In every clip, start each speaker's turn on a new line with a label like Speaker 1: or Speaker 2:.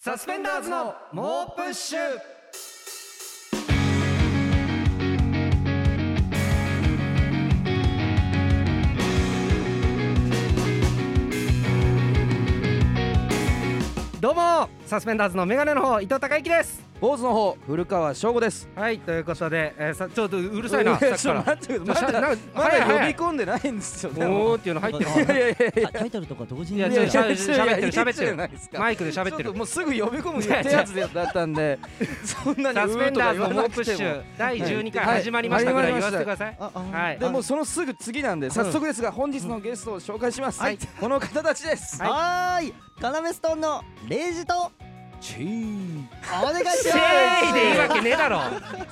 Speaker 1: サスペンダーズの猛プッシュどうもサスペンダーズのメガネの方伊藤孝之です
Speaker 2: 坊主の方古川翔吾です
Speaker 1: はいということで、えー、さちょっとうるさいな
Speaker 2: や
Speaker 1: さっき
Speaker 2: ちょ
Speaker 1: か
Speaker 2: っと待
Speaker 1: ら
Speaker 2: ってくださいま
Speaker 1: な
Speaker 2: だ
Speaker 1: な
Speaker 2: ま
Speaker 1: はい
Speaker 2: だ
Speaker 1: はい
Speaker 2: 呼び込んでないんですよね
Speaker 1: おーっていうの入ってる
Speaker 2: いやいやいやいや
Speaker 3: タイトルとか同時
Speaker 1: い
Speaker 3: に
Speaker 1: や
Speaker 3: 言
Speaker 2: い
Speaker 3: っ
Speaker 1: ち
Speaker 3: ち
Speaker 1: ょっ
Speaker 3: ゃう
Speaker 1: と
Speaker 2: や
Speaker 1: しゃべってる
Speaker 2: いいじゃ
Speaker 1: 喋ってる
Speaker 2: ないですか
Speaker 1: マイクで喋って
Speaker 2: ちょっと
Speaker 1: る
Speaker 2: もうすぐ呼び込む手やつだったんでそんなに
Speaker 1: サスペンダーズの
Speaker 2: うー
Speaker 1: 猛
Speaker 2: と
Speaker 1: プ
Speaker 2: か
Speaker 1: ッシ
Speaker 2: 言わなくても
Speaker 1: ュ第12回
Speaker 2: はい
Speaker 1: 始まりましたぐらい言わせて
Speaker 2: はい
Speaker 1: ください
Speaker 3: ああ
Speaker 1: はい
Speaker 2: でもうそのすぐ次なんで早速ですが本日のゲストを紹介します、
Speaker 3: はい
Speaker 2: この方たちです、
Speaker 1: はい
Speaker 3: はーいカナメストーンのレイジとお
Speaker 2: チー
Speaker 3: 願いします
Speaker 1: シェイでいいわけねえだろ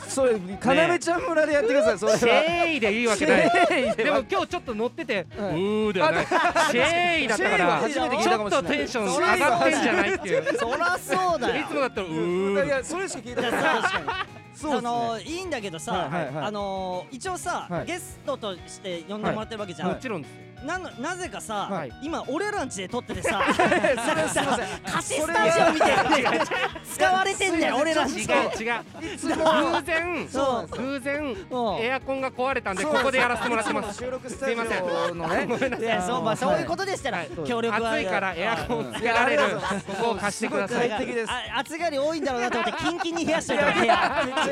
Speaker 2: それかなめちゃん村でやってください、そ
Speaker 1: シ
Speaker 2: れは
Speaker 1: ェイでいいわけない
Speaker 2: ェイで
Speaker 1: で
Speaker 2: は
Speaker 1: も今日ちょっと乗っててう
Speaker 2: はい
Speaker 1: ーではないシェイだったか
Speaker 2: シェイは
Speaker 1: ら
Speaker 2: 初めて聞い
Speaker 1: ち
Speaker 2: たか
Speaker 1: ょ
Speaker 2: も
Speaker 1: っ
Speaker 2: しれ
Speaker 1: と
Speaker 2: ない
Speaker 1: テンション上がってんじゃないっていうい
Speaker 3: そらそうだよ
Speaker 1: つもだったらう
Speaker 2: い
Speaker 1: ー
Speaker 2: やそれしか聞いた
Speaker 3: い
Speaker 2: こ
Speaker 3: や
Speaker 2: と
Speaker 3: そ
Speaker 2: な
Speaker 3: う
Speaker 2: い
Speaker 3: 確か
Speaker 2: そうです
Speaker 3: にそ
Speaker 2: ね
Speaker 3: のいいんだけどさ、
Speaker 2: はいはいはい
Speaker 3: あのー一応さ、
Speaker 2: はい
Speaker 3: ゲストとして呼んでもらってるわけじゃん、
Speaker 1: もちろんです
Speaker 3: なのなぜかさ、
Speaker 1: はい
Speaker 3: 今俺らんちで撮っててさ
Speaker 2: それはすいません
Speaker 3: 貸しスタジオみたいな
Speaker 1: 違う
Speaker 3: 使われてんだよ俺らん
Speaker 1: 違
Speaker 3: ち
Speaker 1: う違う
Speaker 2: いつも
Speaker 1: 偶然
Speaker 3: そう
Speaker 1: 偶然
Speaker 3: うん
Speaker 1: エアコンが壊れたんで
Speaker 2: そ
Speaker 1: こ
Speaker 2: うなんですよ
Speaker 1: こでやらせてもらってます
Speaker 2: 収録スタジオのね
Speaker 1: ごめんなさ
Speaker 3: い
Speaker 1: い
Speaker 3: やそうまあそういうことでしたら、
Speaker 1: はい
Speaker 3: 協力は
Speaker 1: 暑いからエアコンつけられるここを貸してくださ
Speaker 2: 快
Speaker 1: い
Speaker 2: 適です
Speaker 3: あ暑がり多いんだろうなと思ってキンキンに冷やしてた
Speaker 2: め
Speaker 3: 部屋
Speaker 2: ち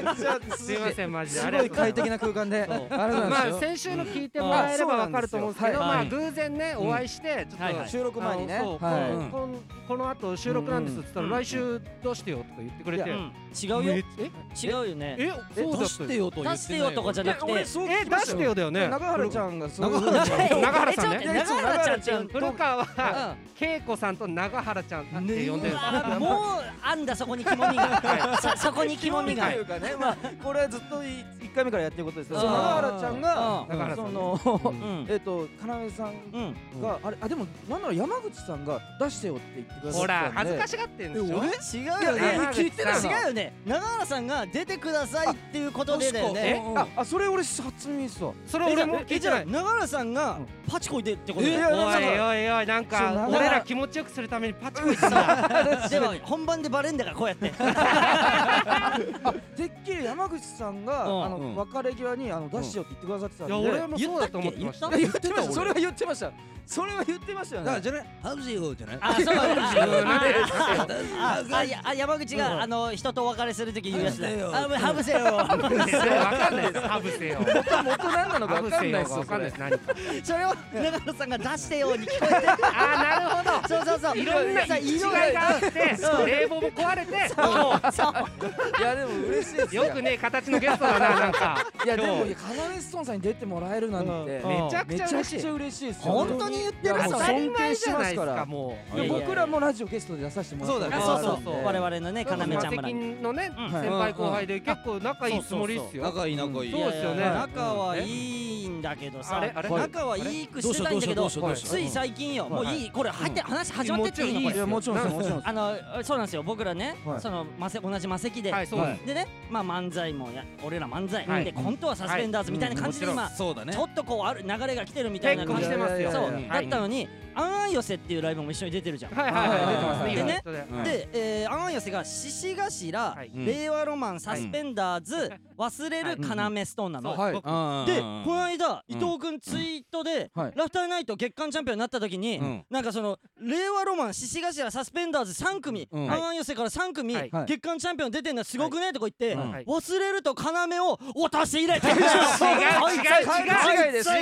Speaker 2: ゃくちゃ涼し
Speaker 1: すいませんマジですあり
Speaker 2: ご
Speaker 1: がとう
Speaker 2: い
Speaker 1: ござい
Speaker 2: 快適
Speaker 1: ます
Speaker 2: な空間であれなんです
Speaker 1: まあ
Speaker 2: よ
Speaker 1: 先週の聞いてもらえればわかると思うんですけど
Speaker 2: あそう
Speaker 1: ま
Speaker 3: な
Speaker 1: あ
Speaker 3: んです
Speaker 1: 偶然ねお会いしてちょ
Speaker 3: は
Speaker 1: っ
Speaker 3: い
Speaker 1: と
Speaker 3: はい
Speaker 2: 収録前にね
Speaker 1: あのそう
Speaker 2: は
Speaker 1: こんこの後収録なんですっつったら
Speaker 3: うん
Speaker 1: 来週どうしてよとか言ってくれて
Speaker 2: いや
Speaker 3: 違う
Speaker 1: め
Speaker 3: よ
Speaker 1: っえ
Speaker 3: 違うよね
Speaker 1: えそうだ
Speaker 4: 出
Speaker 1: っ
Speaker 4: したて
Speaker 1: よ
Speaker 4: よと言ってない
Speaker 3: 出してよとかじゃなく
Speaker 2: いや俺
Speaker 3: て
Speaker 2: そう
Speaker 1: え
Speaker 2: 聞きま
Speaker 1: 出
Speaker 2: した
Speaker 1: してよだよね
Speaker 2: 長原ちゃんがそういう
Speaker 1: 長 原ちゃん長原さん
Speaker 3: え
Speaker 1: ね
Speaker 3: ちょっと長原ちゃんって呼んで
Speaker 1: 古川は恵子さんと長原ちゃんって呼んでるんです
Speaker 3: うわもうあんだそこに肝みがそそこに肝みが
Speaker 2: というかねまあこれはずっとい一回目からやってることですけど
Speaker 3: うん
Speaker 2: 長原ちゃんが
Speaker 1: うん
Speaker 2: うんその
Speaker 3: う
Speaker 2: えっと要さん
Speaker 3: うん
Speaker 2: があれあでもなんなら山口さんが出してよって言ってくださっ
Speaker 1: ほら
Speaker 2: たん
Speaker 1: 恥
Speaker 2: で
Speaker 1: ずかしがってんでし
Speaker 3: 違う
Speaker 1: ょ
Speaker 3: よ
Speaker 2: いやい
Speaker 3: ね
Speaker 2: や聞いてない
Speaker 3: 違うよね長原さんが出てくださいっていうことでだよね
Speaker 2: ああそれ俺初耳ですわ
Speaker 1: それ俺も聞いてない
Speaker 3: えじゃあ長原さんがパチコイでってこと
Speaker 1: お
Speaker 3: だ
Speaker 1: い
Speaker 2: え
Speaker 3: よ
Speaker 2: なんか
Speaker 1: おい
Speaker 2: そう長い
Speaker 1: おいなんか俺ら気持ちよくするためにパチコ行ってた
Speaker 3: でも本番でバレんだからこうやって
Speaker 2: あてっきり山口さんが、
Speaker 3: うん
Speaker 2: あ
Speaker 4: う
Speaker 2: の
Speaker 4: ん
Speaker 2: 別れ際にあの出してよって言ってくださってたん
Speaker 1: い
Speaker 2: で
Speaker 1: や俺もそうだと思ってました
Speaker 3: 言
Speaker 2: 言ってましたそ
Speaker 4: そ
Speaker 2: れ
Speaker 4: れ
Speaker 2: は
Speaker 4: は
Speaker 2: 言ってましたそれは言ってましたよ
Speaker 4: だから
Speaker 2: ね
Speaker 4: じゃねハウジーじゃない
Speaker 3: あそうあ
Speaker 4: あ
Speaker 3: ああやあ山口があの人とお別れするとき言うやつだよあもうハブせよ
Speaker 1: わかんないですハブせよ
Speaker 2: 元元何なのか
Speaker 1: ハ
Speaker 2: 分
Speaker 1: ブ
Speaker 2: か
Speaker 1: せ
Speaker 2: んない
Speaker 1: よ
Speaker 2: っすよ
Speaker 1: がわかんないです何か
Speaker 3: それを長野さんが出してように聞こえて
Speaker 1: あーなるほど
Speaker 3: そうそうそう
Speaker 1: いろんな
Speaker 3: さ
Speaker 1: 違い
Speaker 3: 色
Speaker 1: があって冷房も壊れても
Speaker 3: そう
Speaker 2: いやでも嬉しいです
Speaker 1: うよくねえ形のゲストだななんか
Speaker 2: いやで
Speaker 1: 今
Speaker 2: も
Speaker 1: 日
Speaker 2: カナメストーンさんに出てもらえるなんて、
Speaker 3: うん
Speaker 1: めちゃく
Speaker 2: め
Speaker 1: ちゃ
Speaker 2: ちゃ
Speaker 1: 嬉
Speaker 2: く
Speaker 1: しい
Speaker 2: ちゃ嬉しいですよ
Speaker 3: 本当に言ってる
Speaker 2: いやも
Speaker 3: そうれ
Speaker 2: 尊敬しますか
Speaker 1: 当たり前じゃないですからもう
Speaker 4: いやいや
Speaker 2: 僕らもラジオゲストで出させてもらって
Speaker 4: そうだ
Speaker 3: あ
Speaker 4: ね
Speaker 3: そうそう
Speaker 1: そうそう
Speaker 3: 我々のね要ちゃん
Speaker 1: マ
Speaker 3: 村
Speaker 1: セキ
Speaker 3: に
Speaker 1: ンのね
Speaker 3: うん
Speaker 1: 先輩後輩で結構仲いいつもりっすよ
Speaker 4: 仲いい仲いい
Speaker 1: そうですよね
Speaker 3: いやいや仲はいいんだけど
Speaker 1: あ
Speaker 3: さ
Speaker 1: れあれ
Speaker 3: 仲はいいくしてたんだけ
Speaker 4: ど
Speaker 3: ど
Speaker 4: うしたどうしたど
Speaker 3: つ
Speaker 4: うしたどうした
Speaker 3: い最近よもういいこれ入って話始まってっていいの
Speaker 1: も
Speaker 3: こ
Speaker 1: ちろ
Speaker 3: れ
Speaker 1: んいい
Speaker 2: もちろんですもちろんです
Speaker 3: あのそうなんですよ僕らね
Speaker 2: はい
Speaker 3: そのマセ同じマセキで
Speaker 1: はいそうです
Speaker 3: でねまあ漫才もや俺ら漫才
Speaker 1: はい
Speaker 3: でコントはサスペンダーズみたいな感じで
Speaker 1: うんも
Speaker 3: 今
Speaker 4: そうだね
Speaker 3: ちょっとこうある流れが来てるみたいな
Speaker 1: 結婚
Speaker 3: 感
Speaker 1: し
Speaker 3: じ
Speaker 1: てますよ
Speaker 3: そう、
Speaker 2: はい
Speaker 3: だったのに「あんあん寄せ」っていうライブも一緒に出てるじゃん。
Speaker 1: はいはいはい出てますね
Speaker 3: でね
Speaker 1: イベントで
Speaker 4: うん
Speaker 3: で、えー、あんあん寄せが獅子頭、
Speaker 1: はい
Speaker 4: うん
Speaker 3: 令和ロマンサスペンダーズ、忘れる要ストーンなの。
Speaker 1: そう
Speaker 2: はい
Speaker 1: 僕
Speaker 4: あ
Speaker 3: で、
Speaker 4: ー
Speaker 3: この間
Speaker 4: う
Speaker 3: 伊
Speaker 4: ん
Speaker 3: 藤君ツイートで、
Speaker 2: はい
Speaker 3: ラフターナイト月間チャンピオンになった時に、
Speaker 4: うん
Speaker 3: なんかその令和ロマン獅子頭サスペンダーズ3組、
Speaker 4: うん
Speaker 3: あんあん寄せから3組、
Speaker 1: はい
Speaker 3: 月間チャンピオン出てんのすごくね、とか言って、
Speaker 4: はい
Speaker 1: はい
Speaker 3: 忘れると要をお足し入れてる違う
Speaker 2: 違
Speaker 1: 違う違う
Speaker 2: いです
Speaker 3: こ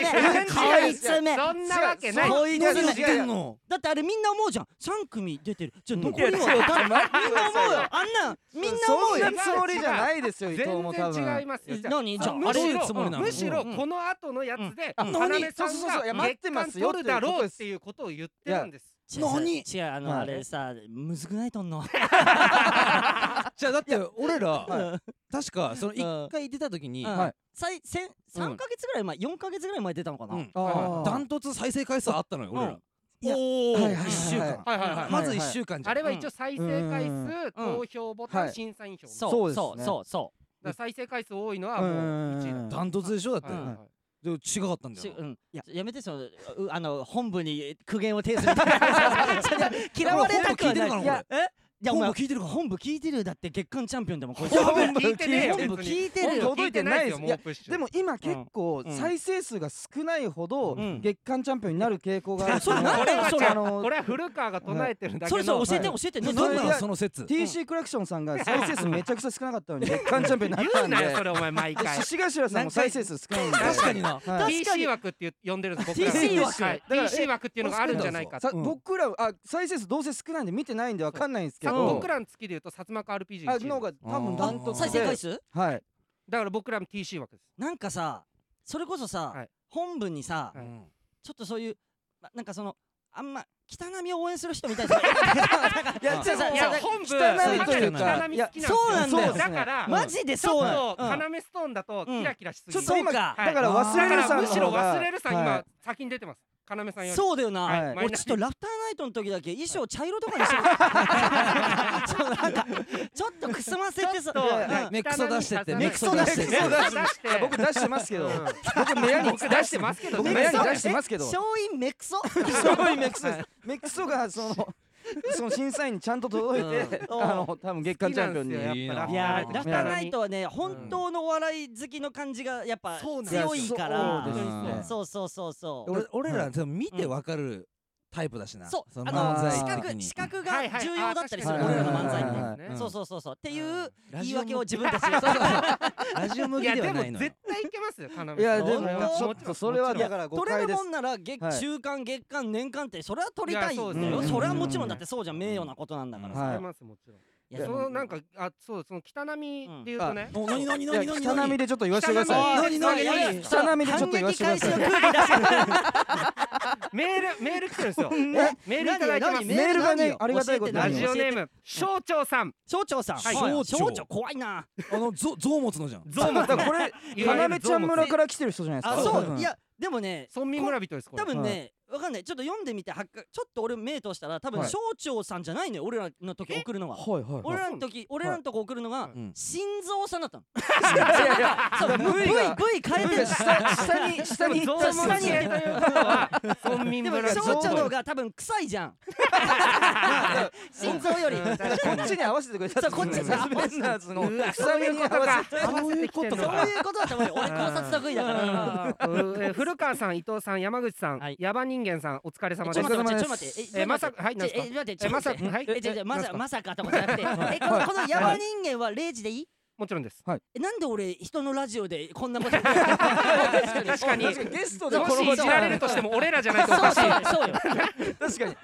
Speaker 3: いつねこいつ め
Speaker 1: そんなわけない
Speaker 3: こいつ
Speaker 4: 何言
Speaker 3: め
Speaker 4: ってんの
Speaker 3: だってあれみんな思うじゃん3組出てるじゃあ残
Speaker 2: い
Speaker 3: り
Speaker 2: や
Speaker 3: は
Speaker 2: ち
Speaker 3: よ
Speaker 2: ょっと待って
Speaker 3: みんな思うよあんなんみんな思
Speaker 2: そうん
Speaker 3: よ
Speaker 2: なつもりじゃないですよ伊
Speaker 1: 全
Speaker 2: 藤も多分
Speaker 1: 然違いますよじゃあ
Speaker 3: 何じゃあ
Speaker 1: む
Speaker 3: あれ
Speaker 1: し
Speaker 4: いつもり
Speaker 1: ろ
Speaker 4: なの
Speaker 1: むしろ
Speaker 3: うん
Speaker 1: この後のやつで
Speaker 2: あ
Speaker 1: 花芽さ
Speaker 2: そうそうそういや
Speaker 1: んが
Speaker 2: 待っ
Speaker 1: 月
Speaker 2: てま
Speaker 1: 間
Speaker 2: すよ
Speaker 1: 取るだろうっていうことを言ってるんです
Speaker 3: 違
Speaker 4: 何
Speaker 3: うあの
Speaker 2: はい
Speaker 3: あれさむずくないとんの
Speaker 4: じゃあだって俺ら
Speaker 3: うん
Speaker 4: 確かその一回出た時に
Speaker 3: うん
Speaker 2: はい
Speaker 3: 最先3ヶ月ぐらい前4ヶ月ぐらい前出たのかな
Speaker 4: うん
Speaker 2: あー
Speaker 4: ダントツ再生回数あったのよ俺ら
Speaker 3: いや
Speaker 1: お
Speaker 2: はいはい
Speaker 1: ー
Speaker 2: はい
Speaker 4: 一週間
Speaker 1: はいはいはい
Speaker 4: まず一週間じゃ
Speaker 1: あ
Speaker 4: ん
Speaker 1: れは一応再生回
Speaker 2: うん
Speaker 1: 数投票ボタン審査員票だか
Speaker 3: そ
Speaker 2: そ
Speaker 3: うそう
Speaker 2: で
Speaker 3: う
Speaker 2: すね
Speaker 3: そうそ
Speaker 1: ら再生回数多いのはもう1位だ
Speaker 2: うん
Speaker 4: ダントツでしょだっ
Speaker 1: はいはい
Speaker 4: て
Speaker 1: はい
Speaker 4: でも違かったん
Speaker 3: う
Speaker 4: だ
Speaker 3: し
Speaker 4: よ
Speaker 3: うん
Speaker 2: いや
Speaker 3: やめてそのうあの本部に苦言を呈するみたいなちょっと嫌われたくはない
Speaker 4: いや
Speaker 3: えじゃあお
Speaker 4: 本
Speaker 3: 前
Speaker 4: 部聞いてるか
Speaker 3: 本部聞いてるよだって月間チャンピオンでもこいつ
Speaker 1: 本部聞いてねえよ
Speaker 3: 本部
Speaker 1: 別に
Speaker 3: 聞いてるよ
Speaker 2: 届いてないです
Speaker 1: よモープッシュ
Speaker 2: でも今結構
Speaker 3: うん
Speaker 2: 再生数が少ないほど
Speaker 3: うん
Speaker 2: 月間チャンピオンになる傾向がある
Speaker 3: そうなん
Speaker 1: こ
Speaker 3: だ
Speaker 1: れ
Speaker 3: よ
Speaker 1: は
Speaker 3: そ
Speaker 1: 違
Speaker 3: れ
Speaker 1: う
Speaker 2: あの
Speaker 1: これは古川が唱えてるだけ
Speaker 3: そ
Speaker 1: の
Speaker 3: れそれ教えて
Speaker 2: は
Speaker 3: 教えて
Speaker 4: な
Speaker 3: ね
Speaker 4: なん
Speaker 2: そ
Speaker 4: なの
Speaker 2: れ
Speaker 4: その説
Speaker 2: TC クラクションさんが再生数めちゃくちゃ少なかったのに月間チャンピオンになっ
Speaker 1: 言
Speaker 2: た
Speaker 1: うんなよそ
Speaker 2: で
Speaker 1: れお前毎回
Speaker 2: 獅子頭さんも再生数少ないんで
Speaker 1: 何
Speaker 4: 確かにな
Speaker 2: はい
Speaker 1: TC 枠って呼んでるんです僕ら
Speaker 3: TC 枠
Speaker 1: はい
Speaker 2: だから
Speaker 1: TC 枠っていうのがあるんじゃないか
Speaker 2: さ
Speaker 4: うん
Speaker 2: 僕らあ再生数どうせ少ないんで見てないんでわかんないんですけ
Speaker 1: さ
Speaker 2: ど
Speaker 1: 僕らの月で言うと薩摩川 RPG
Speaker 2: あ
Speaker 1: のチ
Speaker 2: の
Speaker 1: ー
Speaker 2: 方が多分
Speaker 1: ム
Speaker 2: ダントツで
Speaker 3: 再生回数
Speaker 2: はい
Speaker 1: だから僕らも TC 枠です
Speaker 3: なんかさそれこそさ、
Speaker 1: はい
Speaker 3: 本部にさ、
Speaker 1: はい
Speaker 3: ちょっとそういう、ま、なんかそのあんま北波を応援する人みたいじゃないい
Speaker 2: や
Speaker 3: そうそう
Speaker 1: いや
Speaker 3: そう
Speaker 1: 本部
Speaker 2: 汚
Speaker 4: いというか
Speaker 1: 確に北波好きなんですよ
Speaker 3: そうなんだよ
Speaker 1: だから
Speaker 3: マジで
Speaker 1: ちょ
Speaker 3: そうなの
Speaker 1: っと要ストーンだとキラキラしすぎ
Speaker 2: ちょ
Speaker 1: る
Speaker 2: っと今
Speaker 3: そうか
Speaker 2: だから忘
Speaker 1: だ
Speaker 2: れ
Speaker 1: か
Speaker 2: るさ
Speaker 1: ら
Speaker 2: んの
Speaker 1: むし
Speaker 2: 方
Speaker 1: ろ
Speaker 2: が
Speaker 1: 忘れるさん
Speaker 2: は
Speaker 1: 今
Speaker 2: い
Speaker 1: 先に出てます要さんより
Speaker 3: そうだよな、
Speaker 1: はい
Speaker 3: 俺ちょっとラフターナイトの時だけ衣装茶色とかにしてる そうなんかちょっとくすませてさ
Speaker 1: ちょっと
Speaker 3: うん
Speaker 1: はい
Speaker 4: メクソ出してって
Speaker 1: 汚い
Speaker 4: メクソ出し
Speaker 1: メ
Speaker 4: て
Speaker 1: クソ出して
Speaker 2: 僕出してますけど
Speaker 1: うん
Speaker 2: 僕目に
Speaker 1: 僕出してますけど
Speaker 2: 僕
Speaker 1: ね
Speaker 2: 目に出してますけど
Speaker 3: 勝因メクソ
Speaker 2: すごいメックスですメックスがそのその審査員にちゃんと届いてあ
Speaker 3: うん
Speaker 2: の多分月間チャンピオンに
Speaker 1: 好きなんですよやっぱ
Speaker 3: い
Speaker 2: う
Speaker 3: や
Speaker 2: ん
Speaker 3: ーラフターナイトはね本当のお笑い好きの感じがやっぱ
Speaker 4: そうなんだ
Speaker 3: 強いから
Speaker 4: そうですね
Speaker 3: うんそうそうそうそう
Speaker 4: 俺俺らでも見てわかるタイプだしな
Speaker 3: そう
Speaker 4: の
Speaker 3: あ
Speaker 2: まあ
Speaker 3: の
Speaker 4: 漫
Speaker 3: 視
Speaker 4: 才的
Speaker 3: 覚
Speaker 4: に
Speaker 3: 視覚が重要だったりする
Speaker 2: はいはい
Speaker 3: 俺らの漫才っ
Speaker 2: はいはい
Speaker 3: て
Speaker 2: はい
Speaker 4: うん
Speaker 3: そうそうそうそうっていう言
Speaker 4: ラジ
Speaker 3: い
Speaker 4: オ向
Speaker 3: 訳を自分たちで
Speaker 4: そうそうそうラジオ向
Speaker 1: い
Speaker 4: き
Speaker 1: や
Speaker 4: で
Speaker 1: で
Speaker 4: は
Speaker 1: も
Speaker 4: ないのよ
Speaker 1: 絶対いけますよ要さん
Speaker 2: いやでも
Speaker 3: 本当
Speaker 2: ちょっとそれはだから誤
Speaker 3: 取れ
Speaker 2: 解
Speaker 3: る
Speaker 2: です
Speaker 3: もんなら月
Speaker 2: はい
Speaker 3: 中間月間年間ってそれは取りたい
Speaker 1: いやそう
Speaker 3: よ
Speaker 1: です
Speaker 2: ね
Speaker 3: それはもちろんだってそうじゃん名誉なことなんだからさ
Speaker 2: はい
Speaker 1: いけますもちろん
Speaker 3: い
Speaker 1: そ
Speaker 3: でも
Speaker 1: のなんかあそうその北波で言うとね
Speaker 4: お何何
Speaker 2: いや
Speaker 4: 何何
Speaker 2: 北波でちょっと言わせてくだ
Speaker 1: 北
Speaker 2: さい
Speaker 1: 波
Speaker 4: 何何何
Speaker 2: 北波でちょっと言わせてください
Speaker 3: 反撃開始の空気出してる
Speaker 1: メールメール来てるんですよ
Speaker 2: ね
Speaker 1: メールいただいてます
Speaker 2: メールがねありがたいことに
Speaker 1: ラジオネー
Speaker 3: ム
Speaker 1: ム省庁さん
Speaker 3: 省庁さん
Speaker 1: はい
Speaker 3: はい
Speaker 4: 省庁
Speaker 3: 省庁怖いな
Speaker 4: あのゾゾウモツのじゃん
Speaker 1: ゾウモ
Speaker 2: だからこれ要ちゃん村から来てる人じゃないです
Speaker 3: あ
Speaker 2: か多
Speaker 3: そ
Speaker 2: 分
Speaker 3: ういやでもね
Speaker 1: 村民村人ですこれ
Speaker 3: 多分ねわかんないちょっと読んでみてはっかちょっと俺目通したら多分
Speaker 2: はい
Speaker 3: 省庁さんじゃないのよ俺らの時送るのは
Speaker 2: はいはい
Speaker 3: 俺
Speaker 2: はい
Speaker 3: らの時俺らのとこ送るのが
Speaker 4: うん
Speaker 3: 心臓さんだったの
Speaker 2: いやいや
Speaker 3: そう V
Speaker 2: V が
Speaker 3: V 変えて
Speaker 2: 下
Speaker 3: る
Speaker 2: 下に下に
Speaker 1: ゾウ
Speaker 2: 行
Speaker 1: モ
Speaker 2: った
Speaker 1: ツ
Speaker 3: 下に
Speaker 1: 系ということは村民
Speaker 3: でも
Speaker 1: 村
Speaker 3: 少
Speaker 1: 人
Speaker 3: 女の方が多分臭いじゃん心臓より
Speaker 1: うん確
Speaker 2: こっちに合わせてくれた
Speaker 3: そうこっちに合わせて
Speaker 2: サスペンダーズの
Speaker 1: うわ
Speaker 2: 臭
Speaker 1: そうい
Speaker 2: み
Speaker 1: う
Speaker 2: に
Speaker 1: こと
Speaker 2: 合わ
Speaker 1: か
Speaker 2: せて
Speaker 1: そういうこと
Speaker 3: そういうことだと思うよ俺考察得意だから
Speaker 1: うん古川さん伊藤さん山口さん
Speaker 3: はい
Speaker 1: ヤバ人間さんお疲れ
Speaker 3: え
Speaker 1: 様
Speaker 3: ち
Speaker 1: で
Speaker 3: ょ
Speaker 1: す
Speaker 3: っと待ってちょっと待って
Speaker 1: えまさかはい
Speaker 3: ちょ
Speaker 1: なんですか
Speaker 3: え待ってちょっと待って
Speaker 1: えまさはい
Speaker 3: えちょちょま
Speaker 1: なんす
Speaker 3: さ
Speaker 1: か
Speaker 3: まさかとかじゃなくてえこのこのヤバ人間は0時でいい
Speaker 1: もちろんです
Speaker 3: えなんで俺人のラジオでこんなこと
Speaker 1: 確かに
Speaker 2: 確かにゲストで
Speaker 1: も
Speaker 2: この
Speaker 1: しいじられるとしても俺らじゃないとおかしい
Speaker 3: そうそうよ
Speaker 2: 確かに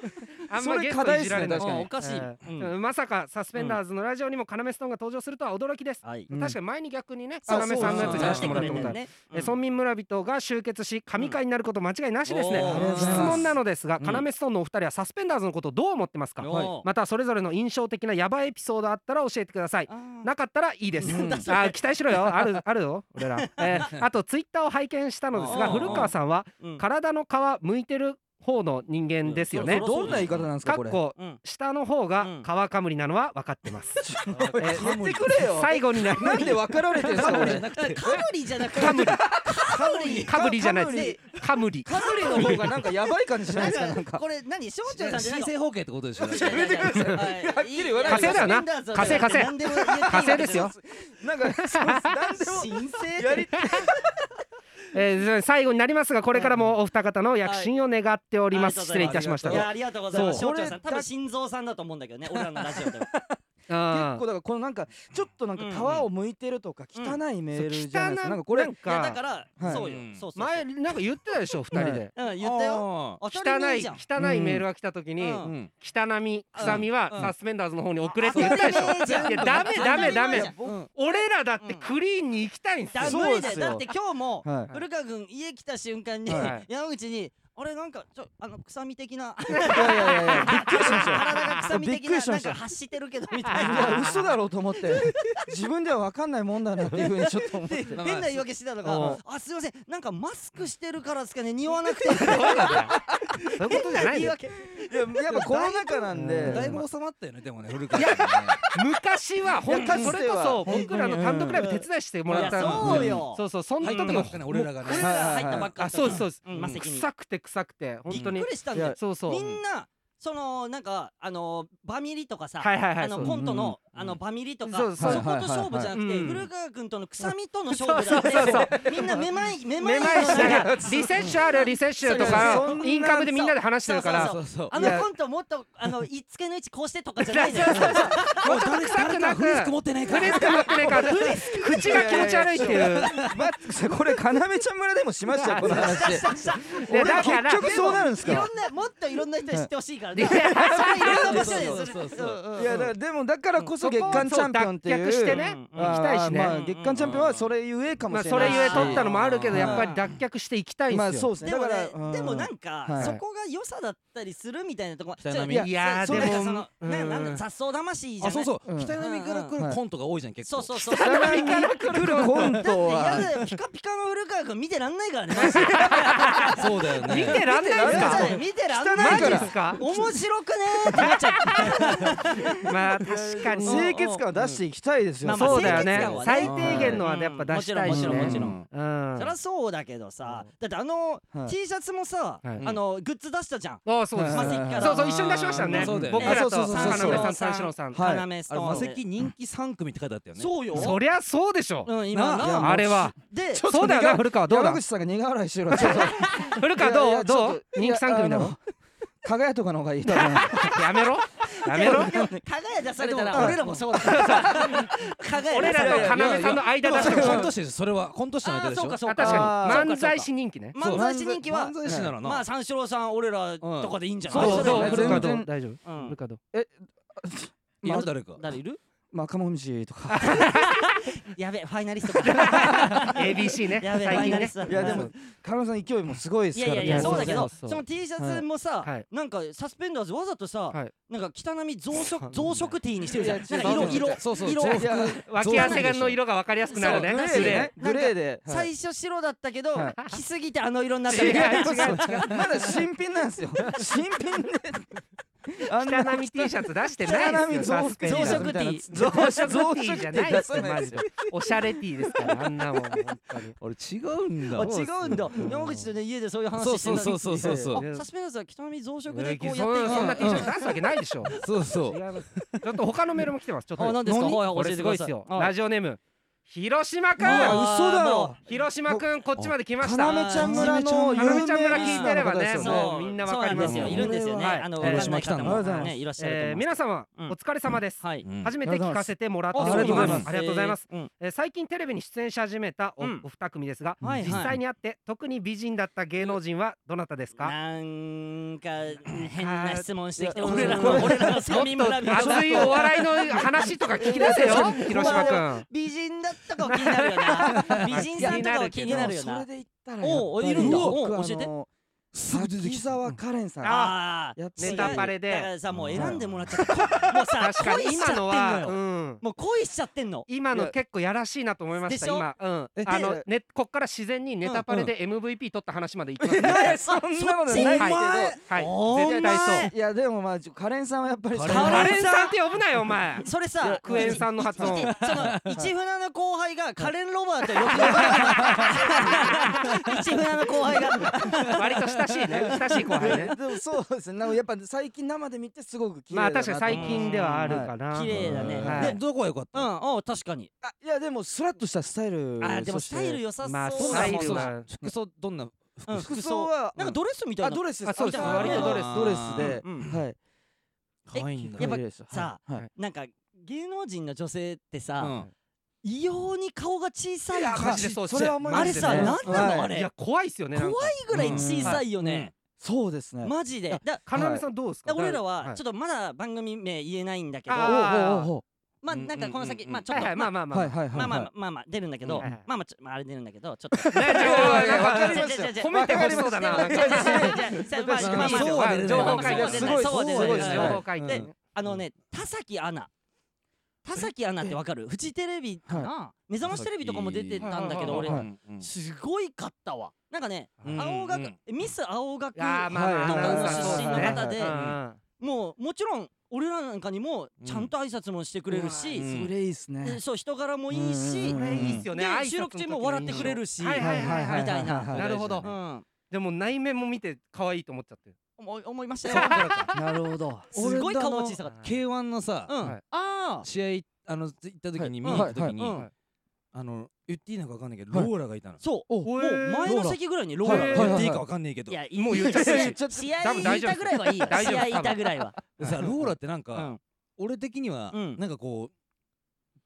Speaker 1: あんまゲストいじられない
Speaker 2: それ課題ですね確かに
Speaker 3: うんおかしい
Speaker 1: え
Speaker 3: うん
Speaker 1: ーまさかサスペンダーズのラジオにも要ストーンが登場するとは驚きです
Speaker 3: はい
Speaker 2: うん
Speaker 1: 確かに前に逆にね
Speaker 2: あ
Speaker 1: 要さんのやつ
Speaker 2: そうそう
Speaker 1: に出してもらったことある
Speaker 3: ね
Speaker 1: え村民村人が集結し神会になること間違いなしですね、
Speaker 3: うんおー
Speaker 2: ありがとうご
Speaker 1: 質
Speaker 2: ざいます
Speaker 1: 問なのですが
Speaker 3: うん
Speaker 1: 要ストーンのお二人はサスペンダーズのことをどう思ってますか、
Speaker 3: おー
Speaker 1: またそれぞれの印象的なヤバいエピソードあったら教えてくださいなかったらいいです、
Speaker 4: うん
Speaker 1: あー期待しろよあるあるよ俺ら、えーあとツイッターを拝見したのですが
Speaker 3: うん
Speaker 1: 古川さんは体の皮向いてる方の人間ですよね
Speaker 3: うん
Speaker 2: どんな言い方なんです
Speaker 1: か
Speaker 2: かこれ
Speaker 1: っこ
Speaker 3: うん
Speaker 1: 下の方が皮かむりなのは分かってます、
Speaker 2: おい
Speaker 1: えー
Speaker 2: 言ってく れよ
Speaker 1: 最後にな
Speaker 2: なんで分かられてるんですかこれ
Speaker 3: だからカムリじゃなくて
Speaker 1: カムリ
Speaker 3: カムリ
Speaker 1: かぶりじゃないですかむり
Speaker 3: カムリ
Speaker 2: の方がなんかやばい感じしないですか
Speaker 3: な
Speaker 2: なんん
Speaker 3: か
Speaker 2: か
Speaker 3: これ何省庁さんじゃない
Speaker 4: 新
Speaker 3: の
Speaker 4: 生方形ってことでしょ
Speaker 3: やめてく ださい。はっきり言わ
Speaker 1: ないでください火星だよな火星火星火星ですよ。
Speaker 2: なんかそう なんでも
Speaker 3: 申請
Speaker 2: やり
Speaker 1: えー、最後になりますがこれからもお二方の躍進を願っております、失礼いたしました
Speaker 3: いやありがとうございます。
Speaker 2: そ
Speaker 3: 省
Speaker 2: う
Speaker 3: 庁さん多分心臓さんだと思うんだけどね。俺らのラジオでは。
Speaker 2: 結
Speaker 1: あ
Speaker 2: 構だからこのなんかちょっとなんか皮を剥いてるとか汚いメールじゃないですかなんかこ
Speaker 1: こ
Speaker 2: れ
Speaker 1: れ
Speaker 3: いやだか
Speaker 1: か
Speaker 3: ら
Speaker 2: はい
Speaker 3: そうよ
Speaker 4: う。ん
Speaker 3: そうそうそう。
Speaker 1: 前なんか言ってたでしょ二人で
Speaker 3: うん言ったよ。
Speaker 4: よ
Speaker 3: 当た
Speaker 1: 汚
Speaker 3: り前
Speaker 1: い
Speaker 3: じゃん。
Speaker 1: 汚いメールが来た時に、
Speaker 3: うん
Speaker 1: 汚み臭みは
Speaker 3: うん
Speaker 1: サスペンダーズの方に送れって言ったでし
Speaker 3: 当たり前
Speaker 1: ょ
Speaker 3: じゃん
Speaker 1: いやダメダメダメ
Speaker 2: 僕
Speaker 1: 俺らだってクリーンに行きたいんです
Speaker 3: だ
Speaker 1: よ、
Speaker 2: そう
Speaker 3: 無理
Speaker 2: で
Speaker 3: だ
Speaker 2: す
Speaker 3: よ。
Speaker 2: よ
Speaker 3: だって今日も
Speaker 2: は
Speaker 3: 古川君家来た瞬間に
Speaker 1: はい
Speaker 3: 山口に。俺なんかちょあの臭み的ない
Speaker 2: いやいやいやびっくりしましたよ
Speaker 3: 体が臭み
Speaker 2: びっ
Speaker 3: 的
Speaker 2: く
Speaker 3: な
Speaker 2: りし
Speaker 3: な
Speaker 2: ま
Speaker 3: ん
Speaker 2: した
Speaker 3: か
Speaker 2: よ
Speaker 3: 発してるけどみたい
Speaker 2: いや
Speaker 3: な
Speaker 2: 嘘だろうと思って自分では分かんないもんだな っていうふうにちょっと思って
Speaker 3: で変な言い訳してたの
Speaker 1: うん
Speaker 3: が「あすいませんなんかマスクしてるからですかね匂わなくて」
Speaker 1: そうなんだよそういうことじゃない
Speaker 3: 言い
Speaker 1: よ
Speaker 3: 訳
Speaker 2: いややっぱコロナ禍なんで
Speaker 4: だいぶ収まったよねでもね古川さんね
Speaker 1: 昔は本当
Speaker 2: い
Speaker 1: に
Speaker 2: や
Speaker 1: そ
Speaker 2: かつ
Speaker 1: れ
Speaker 2: て
Speaker 1: こ
Speaker 2: は
Speaker 1: そ僕らの単独ライブ手伝いしてもらった
Speaker 3: いや
Speaker 1: の
Speaker 3: そうよ
Speaker 1: そうそうその
Speaker 4: 入
Speaker 1: 時
Speaker 4: ったばっか
Speaker 1: も
Speaker 4: ね俺らがね
Speaker 3: 俺らが入ったばっか
Speaker 1: あそうですそうです
Speaker 3: うんマセキに
Speaker 1: 臭くて臭くて本当
Speaker 3: び
Speaker 1: に
Speaker 3: っくりしたんだよ
Speaker 1: そうそう
Speaker 3: みんなそのなんかあのバミリとかさ、
Speaker 1: はいはいはい
Speaker 3: あ
Speaker 1: そ
Speaker 3: の
Speaker 1: う
Speaker 3: コントの、
Speaker 4: うん
Speaker 3: あのバミリとか
Speaker 1: そう
Speaker 3: そ
Speaker 1: そう
Speaker 3: こと勝負じ
Speaker 1: はいは
Speaker 3: ゃなくて、
Speaker 1: いはいはいうん
Speaker 3: 古川君との臭みとの勝負じゃなくて
Speaker 1: そうそう
Speaker 3: みんなめまいめま
Speaker 1: め
Speaker 3: い
Speaker 1: まいし
Speaker 3: の
Speaker 1: た
Speaker 3: 中
Speaker 1: らリセッシュあるリセッシュ
Speaker 2: そ
Speaker 1: と
Speaker 2: うそ
Speaker 1: か
Speaker 2: んな
Speaker 1: インカムでみんなで話してるから
Speaker 4: そうそう
Speaker 3: あ
Speaker 1: い
Speaker 3: の
Speaker 1: や
Speaker 3: コントもっとあのいつけの位置こうしてとかじゃないじゃん
Speaker 4: もう誰
Speaker 1: 臭く
Speaker 4: 誰
Speaker 1: な
Speaker 4: か
Speaker 1: く
Speaker 4: フリスク持ってない
Speaker 1: フ
Speaker 4: か
Speaker 1: レ
Speaker 4: ら
Speaker 1: スク持ってないから口が気持ち悪いっていう
Speaker 2: 待ってこれ要ちゃん村でもしましたよこの話
Speaker 1: いや
Speaker 2: 俺
Speaker 1: だ
Speaker 2: 結
Speaker 1: から
Speaker 2: 局そうなるんです
Speaker 3: いろ
Speaker 2: か
Speaker 3: んなもっといろんな人に知ってほしいから
Speaker 1: い
Speaker 3: ね
Speaker 1: や
Speaker 3: それはいろんな場所
Speaker 4: そう
Speaker 3: で
Speaker 4: そう
Speaker 3: す
Speaker 4: そうそう
Speaker 2: いやだからでもだからこそ月間チャンピオンっていう
Speaker 1: そこをそう脱却してね
Speaker 2: あー
Speaker 1: 行きたいしね
Speaker 2: まあ月間チャンピオンはそれゆえか
Speaker 1: ま
Speaker 2: も
Speaker 1: あ
Speaker 2: しれ
Speaker 1: そ
Speaker 2: な
Speaker 1: れ
Speaker 2: いし
Speaker 1: ゆえ取ったのもあるけど
Speaker 2: うん
Speaker 1: やっぱり脱却していきたいん
Speaker 2: まあ
Speaker 1: です
Speaker 2: そう
Speaker 1: よ
Speaker 2: ですね
Speaker 3: で
Speaker 2: だ
Speaker 3: も
Speaker 2: か
Speaker 3: ね
Speaker 2: ら、うん
Speaker 3: でもなんか、
Speaker 2: はい
Speaker 3: そこが良さだったりするみたいなとこ
Speaker 4: 北波
Speaker 3: ちょっと
Speaker 1: いや
Speaker 3: そ
Speaker 1: で
Speaker 3: う
Speaker 1: も
Speaker 3: なんかその、
Speaker 1: うん
Speaker 3: ななんか雑草魂じゃな
Speaker 4: あ
Speaker 3: い
Speaker 4: そうそう
Speaker 2: うん
Speaker 4: 北並から来るコントが多いじゃん結
Speaker 3: そ
Speaker 4: 構
Speaker 3: うそうそう
Speaker 2: 北上から来るコント
Speaker 3: だ
Speaker 2: は
Speaker 3: って嫌だよピカピカの古川君見てらんない からね
Speaker 4: そうだよね
Speaker 1: 見てらんないんす
Speaker 3: マ
Speaker 1: か
Speaker 3: ジで見てらん
Speaker 1: マ
Speaker 3: ない
Speaker 1: ジ
Speaker 3: か
Speaker 1: で
Speaker 3: ら
Speaker 1: すか
Speaker 3: 面白くねーってなっちゃう
Speaker 1: まあ確かに
Speaker 2: 清潔感を出していきたいですよ、
Speaker 3: まあまあ
Speaker 1: そうだよ
Speaker 3: 清
Speaker 1: ね
Speaker 3: 潔感はね
Speaker 1: 最低限のはやっぱ出したいし
Speaker 3: もちろんもち
Speaker 1: ね
Speaker 3: ろん
Speaker 1: うん
Speaker 3: そりゃそうだけどさだってあの、
Speaker 2: はい
Speaker 3: T シャツもさ、
Speaker 1: はい
Speaker 3: あのグッズ出したじゃん
Speaker 1: ああそうです
Speaker 3: マセキから
Speaker 1: そうそう一緒に出しましたよね
Speaker 4: そうだよ
Speaker 1: 僕
Speaker 4: ね
Speaker 1: らと
Speaker 2: そうそうそうそう
Speaker 1: 花村さん三四郎さん
Speaker 2: はい
Speaker 3: 要ス
Speaker 4: あ
Speaker 3: トー
Speaker 4: れ
Speaker 3: ン
Speaker 4: マセキ人気三組って書いてあったよね
Speaker 3: そうよ
Speaker 1: そりゃそうでしょ
Speaker 3: うん今
Speaker 2: なあいや
Speaker 3: な
Speaker 2: もう
Speaker 1: あれは
Speaker 3: で
Speaker 2: ょっと
Speaker 1: そうだよな古川どう
Speaker 2: 山
Speaker 1: だ
Speaker 2: 口さんが苦笑いしてるわちょっと
Speaker 1: 古川
Speaker 2: いやい
Speaker 1: どう
Speaker 2: やちょ
Speaker 1: ど
Speaker 2: っ
Speaker 1: う
Speaker 2: と
Speaker 1: 人気三組だ
Speaker 2: いや
Speaker 1: ろ
Speaker 2: あの輝とかの方がいい多分
Speaker 1: やめろやめ ろ
Speaker 3: でも輝出されたら俺らもそうだ輝
Speaker 1: 俺
Speaker 3: 出された
Speaker 1: らと要さんの間出してほしい
Speaker 4: コント師でしょそれはコント師の
Speaker 3: あ
Speaker 4: 間
Speaker 3: ー
Speaker 4: でし
Speaker 3: そう
Speaker 4: ょ
Speaker 3: かそう
Speaker 1: 確
Speaker 3: か
Speaker 2: あ
Speaker 1: か
Speaker 2: ー
Speaker 1: に漫才師人気ね
Speaker 3: 漫才師人気は
Speaker 4: 漫才師ならな
Speaker 3: まあ三四郎さん俺らとかでいいんじゃない
Speaker 2: そう
Speaker 1: どう
Speaker 2: だ
Speaker 1: ど
Speaker 2: よ
Speaker 1: う
Speaker 2: ね
Speaker 1: 古川ど
Speaker 2: 全
Speaker 1: う
Speaker 2: 然
Speaker 1: 大丈夫
Speaker 3: うん
Speaker 1: 古川どう
Speaker 4: いる誰か
Speaker 3: 誰いる
Speaker 2: まあカモミジとか
Speaker 3: やべファイナリストか
Speaker 1: ABC ね
Speaker 3: やべフ
Speaker 1: 最
Speaker 3: ァイ
Speaker 1: 近
Speaker 3: ナリ
Speaker 1: ね
Speaker 3: ストだ
Speaker 2: いやでもカモさん勢いもすごいで
Speaker 3: い
Speaker 2: す
Speaker 3: や
Speaker 2: か
Speaker 3: い
Speaker 2: ら
Speaker 3: や
Speaker 2: ね
Speaker 3: いやそうだけ
Speaker 1: そ
Speaker 3: ど
Speaker 1: うそ
Speaker 3: そうの T シャツもさ
Speaker 1: はい
Speaker 3: なんかサスペンダーズわざとさ
Speaker 1: はい
Speaker 3: なんか北波増殖増殖 T にしてるじゃん
Speaker 2: いや違う
Speaker 3: なんか色色
Speaker 4: そうそう
Speaker 3: 色
Speaker 4: 増
Speaker 2: いや
Speaker 4: 幅
Speaker 1: 脇汗の色が分かりやすくなるね
Speaker 3: そう
Speaker 2: グレ
Speaker 1: グ
Speaker 2: ーで
Speaker 1: レ
Speaker 2: ねグレーではい
Speaker 3: 最初白だったけど
Speaker 2: は
Speaker 3: 着すぎてあの色になっ
Speaker 1: ー
Speaker 3: たみたいな
Speaker 1: 違う違う
Speaker 2: まだ新品なんですよ新品であん
Speaker 1: 北
Speaker 2: な
Speaker 1: 波 T シャツ出して
Speaker 2: 北
Speaker 1: ない
Speaker 2: 波
Speaker 1: です
Speaker 2: 増
Speaker 1: よサスペンダー
Speaker 3: 増殖 T
Speaker 1: 増殖 T じゃないです
Speaker 2: 増殖 T 出さ
Speaker 1: よ
Speaker 2: ない
Speaker 1: マジでおしゃれ T ですからあんなもん本当に
Speaker 4: 俺違うんだ
Speaker 3: あ違うんだ山口とね家でそういう話してんだ
Speaker 4: そうそうそうそう
Speaker 1: そう
Speaker 3: あサスペンダーズは北波増殖
Speaker 1: そ
Speaker 3: でこうやっていく
Speaker 1: んな T シャツ出すわけないでしょ
Speaker 4: そうそう
Speaker 1: 違いますちょっと他のメールも来てますちょっ
Speaker 3: あ
Speaker 1: と
Speaker 3: 何ですかはいはい
Speaker 1: こ
Speaker 3: 教
Speaker 1: れ
Speaker 3: えて
Speaker 1: す
Speaker 3: く
Speaker 1: ごいで
Speaker 3: ださ
Speaker 1: す
Speaker 3: い
Speaker 1: よ
Speaker 3: はい
Speaker 1: ラジオネーム広島く
Speaker 2: おい
Speaker 1: ん
Speaker 2: 嘘だろ
Speaker 1: 広島くんこっちまで来ました
Speaker 2: かなめちゃん村の
Speaker 1: 花
Speaker 2: 有
Speaker 1: 見ちゃん村
Speaker 2: 名リ
Speaker 1: 聞
Speaker 2: ス
Speaker 1: い
Speaker 2: ナー
Speaker 1: てれ
Speaker 2: の
Speaker 1: ば
Speaker 2: 方で
Speaker 1: ね
Speaker 2: すよ
Speaker 1: も
Speaker 3: そうう
Speaker 1: みんなわかります
Speaker 3: そうなんですよいるんですよね
Speaker 1: はい
Speaker 3: あの
Speaker 1: えー
Speaker 4: 広島来たんだ
Speaker 3: わかんない方も
Speaker 2: あ
Speaker 3: ねい
Speaker 2: り
Speaker 3: らっしゃると思
Speaker 1: え
Speaker 3: う
Speaker 1: ー皆様
Speaker 3: うん
Speaker 1: お疲れ様です
Speaker 3: はい
Speaker 4: うん
Speaker 1: 初めて聞かせてもらって
Speaker 2: あ
Speaker 1: お
Speaker 2: りが
Speaker 1: り
Speaker 2: とうござ
Speaker 1: ま
Speaker 2: います
Speaker 1: すありがとうございます
Speaker 3: うん
Speaker 1: えー最近テレビに出演し始めたお,、
Speaker 3: うん
Speaker 1: お二組ですが、
Speaker 3: はいはい
Speaker 1: 実際に会って特に美人だった芸能人はどなたですか、
Speaker 3: な んか変な質問してきて
Speaker 2: あー
Speaker 3: 俺
Speaker 2: いや
Speaker 3: らの
Speaker 2: これ
Speaker 3: 俺らの三人村人
Speaker 1: 熱いお笑いの 話とか聞き出せよ広島くん
Speaker 3: 美人だったかは気になる よな美人さんとかは気になるよ
Speaker 2: それ
Speaker 3: な
Speaker 2: で言ったら
Speaker 3: おう
Speaker 2: やっぱり
Speaker 3: いるんだ
Speaker 2: 僕
Speaker 3: おう
Speaker 2: あの
Speaker 3: 教えて
Speaker 4: すぐ出て
Speaker 2: 滝
Speaker 4: きた
Speaker 2: 沢カレンさん
Speaker 1: あ
Speaker 3: あー
Speaker 2: やっぱ
Speaker 1: ネタパレ
Speaker 3: だか
Speaker 1: で
Speaker 3: らさもう選んでもらっち ゃったもうさ
Speaker 1: 確か
Speaker 3: 恋
Speaker 1: に
Speaker 3: しち
Speaker 1: 今
Speaker 3: ゃってん
Speaker 1: の
Speaker 3: の
Speaker 1: は、
Speaker 3: よ
Speaker 1: うん、
Speaker 3: もう恋しちゃってんの
Speaker 1: 今の結構やらしいなと思いました
Speaker 3: でしょ
Speaker 1: 今、うん
Speaker 2: え、
Speaker 1: あの
Speaker 2: で
Speaker 1: ねこっから自然にネタパレで MVP 取った話までいきます、
Speaker 3: いやいや
Speaker 2: そんなことないけど
Speaker 3: そっち
Speaker 1: はいはい絶
Speaker 3: お前
Speaker 1: 対そう
Speaker 2: いやでもまあカレンさんはやっぱり
Speaker 4: カレン
Speaker 1: カレンさんって呼ぶなよお前
Speaker 3: それさ
Speaker 1: クエン酸の発音
Speaker 3: いいその一船の後輩がカレン・ロバートよく 一船の後輩が
Speaker 1: 割と親しいね親しい後輩ね
Speaker 2: でもそうですねなんかやっぱ最近生で見てすごく綺麗だ
Speaker 1: ま
Speaker 2: な
Speaker 1: あ
Speaker 2: と思っ
Speaker 1: 確
Speaker 2: て
Speaker 1: かに最近ではあるかな、
Speaker 3: 綺麗だね、
Speaker 1: はい
Speaker 4: でどこが良かっ
Speaker 3: う
Speaker 4: た
Speaker 3: んおう確かに
Speaker 2: あいやでもスラッとしたスタイル
Speaker 3: あでも
Speaker 2: そ
Speaker 3: ス
Speaker 2: して
Speaker 3: タイル良さそう
Speaker 1: まあ
Speaker 4: どん
Speaker 1: ス
Speaker 4: な
Speaker 1: タイル
Speaker 4: 服装
Speaker 1: が
Speaker 4: 服装どんな
Speaker 3: うん
Speaker 2: 服装は
Speaker 3: なんかドレスみたい
Speaker 2: あ
Speaker 3: な
Speaker 2: ドレス
Speaker 1: あそうです
Speaker 2: あ
Speaker 1: 割とドレス
Speaker 2: ドレスで
Speaker 3: う、ん
Speaker 2: はい
Speaker 4: 可愛いんだ
Speaker 3: やっぱ
Speaker 2: 綺麗です
Speaker 3: さ
Speaker 2: はいはい
Speaker 3: なんか芸能人の女性って
Speaker 4: う
Speaker 3: さ
Speaker 4: ん
Speaker 3: 異様に顔が小さい
Speaker 1: いや
Speaker 3: か
Speaker 1: マジでそう
Speaker 2: それは思い
Speaker 3: あ
Speaker 2: ま
Speaker 3: れ
Speaker 2: す
Speaker 3: さ
Speaker 2: ね
Speaker 3: 何なの
Speaker 2: はい
Speaker 3: あ
Speaker 1: い
Speaker 3: れ
Speaker 1: や怖いっすよねなんか
Speaker 3: 怖いぐらい小さいよね
Speaker 2: そうですね
Speaker 3: マジでだ
Speaker 1: かなめさんどうですか、
Speaker 3: 俺らはちょ
Speaker 1: ょ
Speaker 3: っとまだ番組名言えないんだけど
Speaker 2: おうお
Speaker 1: あー
Speaker 2: うおう
Speaker 3: まあなんかこの先
Speaker 4: うん
Speaker 3: まあちょっ
Speaker 1: はいは
Speaker 3: と
Speaker 1: いま
Speaker 3: ま
Speaker 1: あ
Speaker 3: あ
Speaker 1: まあまあ、
Speaker 2: はいはいはい
Speaker 3: まあま
Speaker 2: はい
Speaker 3: あまあまあ出るんだけど
Speaker 1: はいはい
Speaker 3: まあまあちょまああれ出るんだけどちょっと
Speaker 1: 大丈夫わかりました
Speaker 3: じゃじゃじゃ
Speaker 1: 褒めてほしそうだな。
Speaker 3: じゃじゃじゃじゃじゃまあまあまあ
Speaker 4: そうは出れない
Speaker 1: 情報
Speaker 3: そう
Speaker 1: 解
Speaker 3: は
Speaker 1: 禁
Speaker 3: 出
Speaker 1: す
Speaker 3: れ
Speaker 1: ご
Speaker 3: ないいそうは出れ
Speaker 1: すごい
Speaker 3: ないそう
Speaker 1: 情
Speaker 3: は
Speaker 1: 報解
Speaker 3: で
Speaker 1: 禁。
Speaker 3: あのね田崎アナ田崎アナってわかるフジテレビかな目覚ましテレビとかも出てたんだけど
Speaker 1: はい
Speaker 3: 俺
Speaker 1: はい
Speaker 3: すごいかったわなんかね
Speaker 1: うん
Speaker 3: 青学ミス青学
Speaker 1: あーまあまあ
Speaker 2: はい
Speaker 1: アナウンサー
Speaker 2: ご
Speaker 1: そ
Speaker 2: 出
Speaker 1: う
Speaker 2: 身
Speaker 1: だ
Speaker 2: の
Speaker 1: ね
Speaker 2: 方
Speaker 3: で
Speaker 1: うんうん
Speaker 3: もうもちろん俺らなんかにもちゃんと挨拶もしてくれるし
Speaker 4: うん
Speaker 2: それいいですね
Speaker 3: でそう人柄もいいし
Speaker 2: うん
Speaker 1: これいいっすよね。
Speaker 3: で
Speaker 1: 挨拶の時の印象
Speaker 3: 収録中も笑ってくれるし
Speaker 1: はいはいはいはい
Speaker 3: みたいな
Speaker 1: なるほど
Speaker 3: うん
Speaker 1: でも内面も見て可愛いと思っちゃってる。
Speaker 5: 思い思いましたよ。
Speaker 4: あ
Speaker 2: なるほ ど。
Speaker 3: すごい顔が
Speaker 4: 落
Speaker 3: 小
Speaker 4: ち
Speaker 3: さかった
Speaker 4: K1 のさ
Speaker 3: うん、
Speaker 1: はい
Speaker 5: ああ。
Speaker 4: 試合あの行った時に見
Speaker 2: はい
Speaker 4: に行った時
Speaker 3: はいはい
Speaker 4: に
Speaker 3: は
Speaker 4: あの言っていいのか分かんないけど
Speaker 2: は
Speaker 4: ロ
Speaker 2: い
Speaker 4: ーラがいたの
Speaker 3: そうもう前の席ぐらいにロー
Speaker 1: は
Speaker 3: ラ
Speaker 1: い
Speaker 3: が
Speaker 1: はい
Speaker 4: 言っていいか分かんないけど
Speaker 3: いや、
Speaker 1: もう言っちゃってる
Speaker 3: いいよ試合
Speaker 1: 多
Speaker 3: に
Speaker 1: 分大
Speaker 3: い
Speaker 1: 丈夫
Speaker 3: たぐらいはいいよ。
Speaker 1: 大丈夫
Speaker 3: 試合にいたぐらいは。
Speaker 4: でさローラってなん
Speaker 3: う
Speaker 4: か
Speaker 3: ん
Speaker 4: 俺的には
Speaker 3: うん
Speaker 4: なんかこう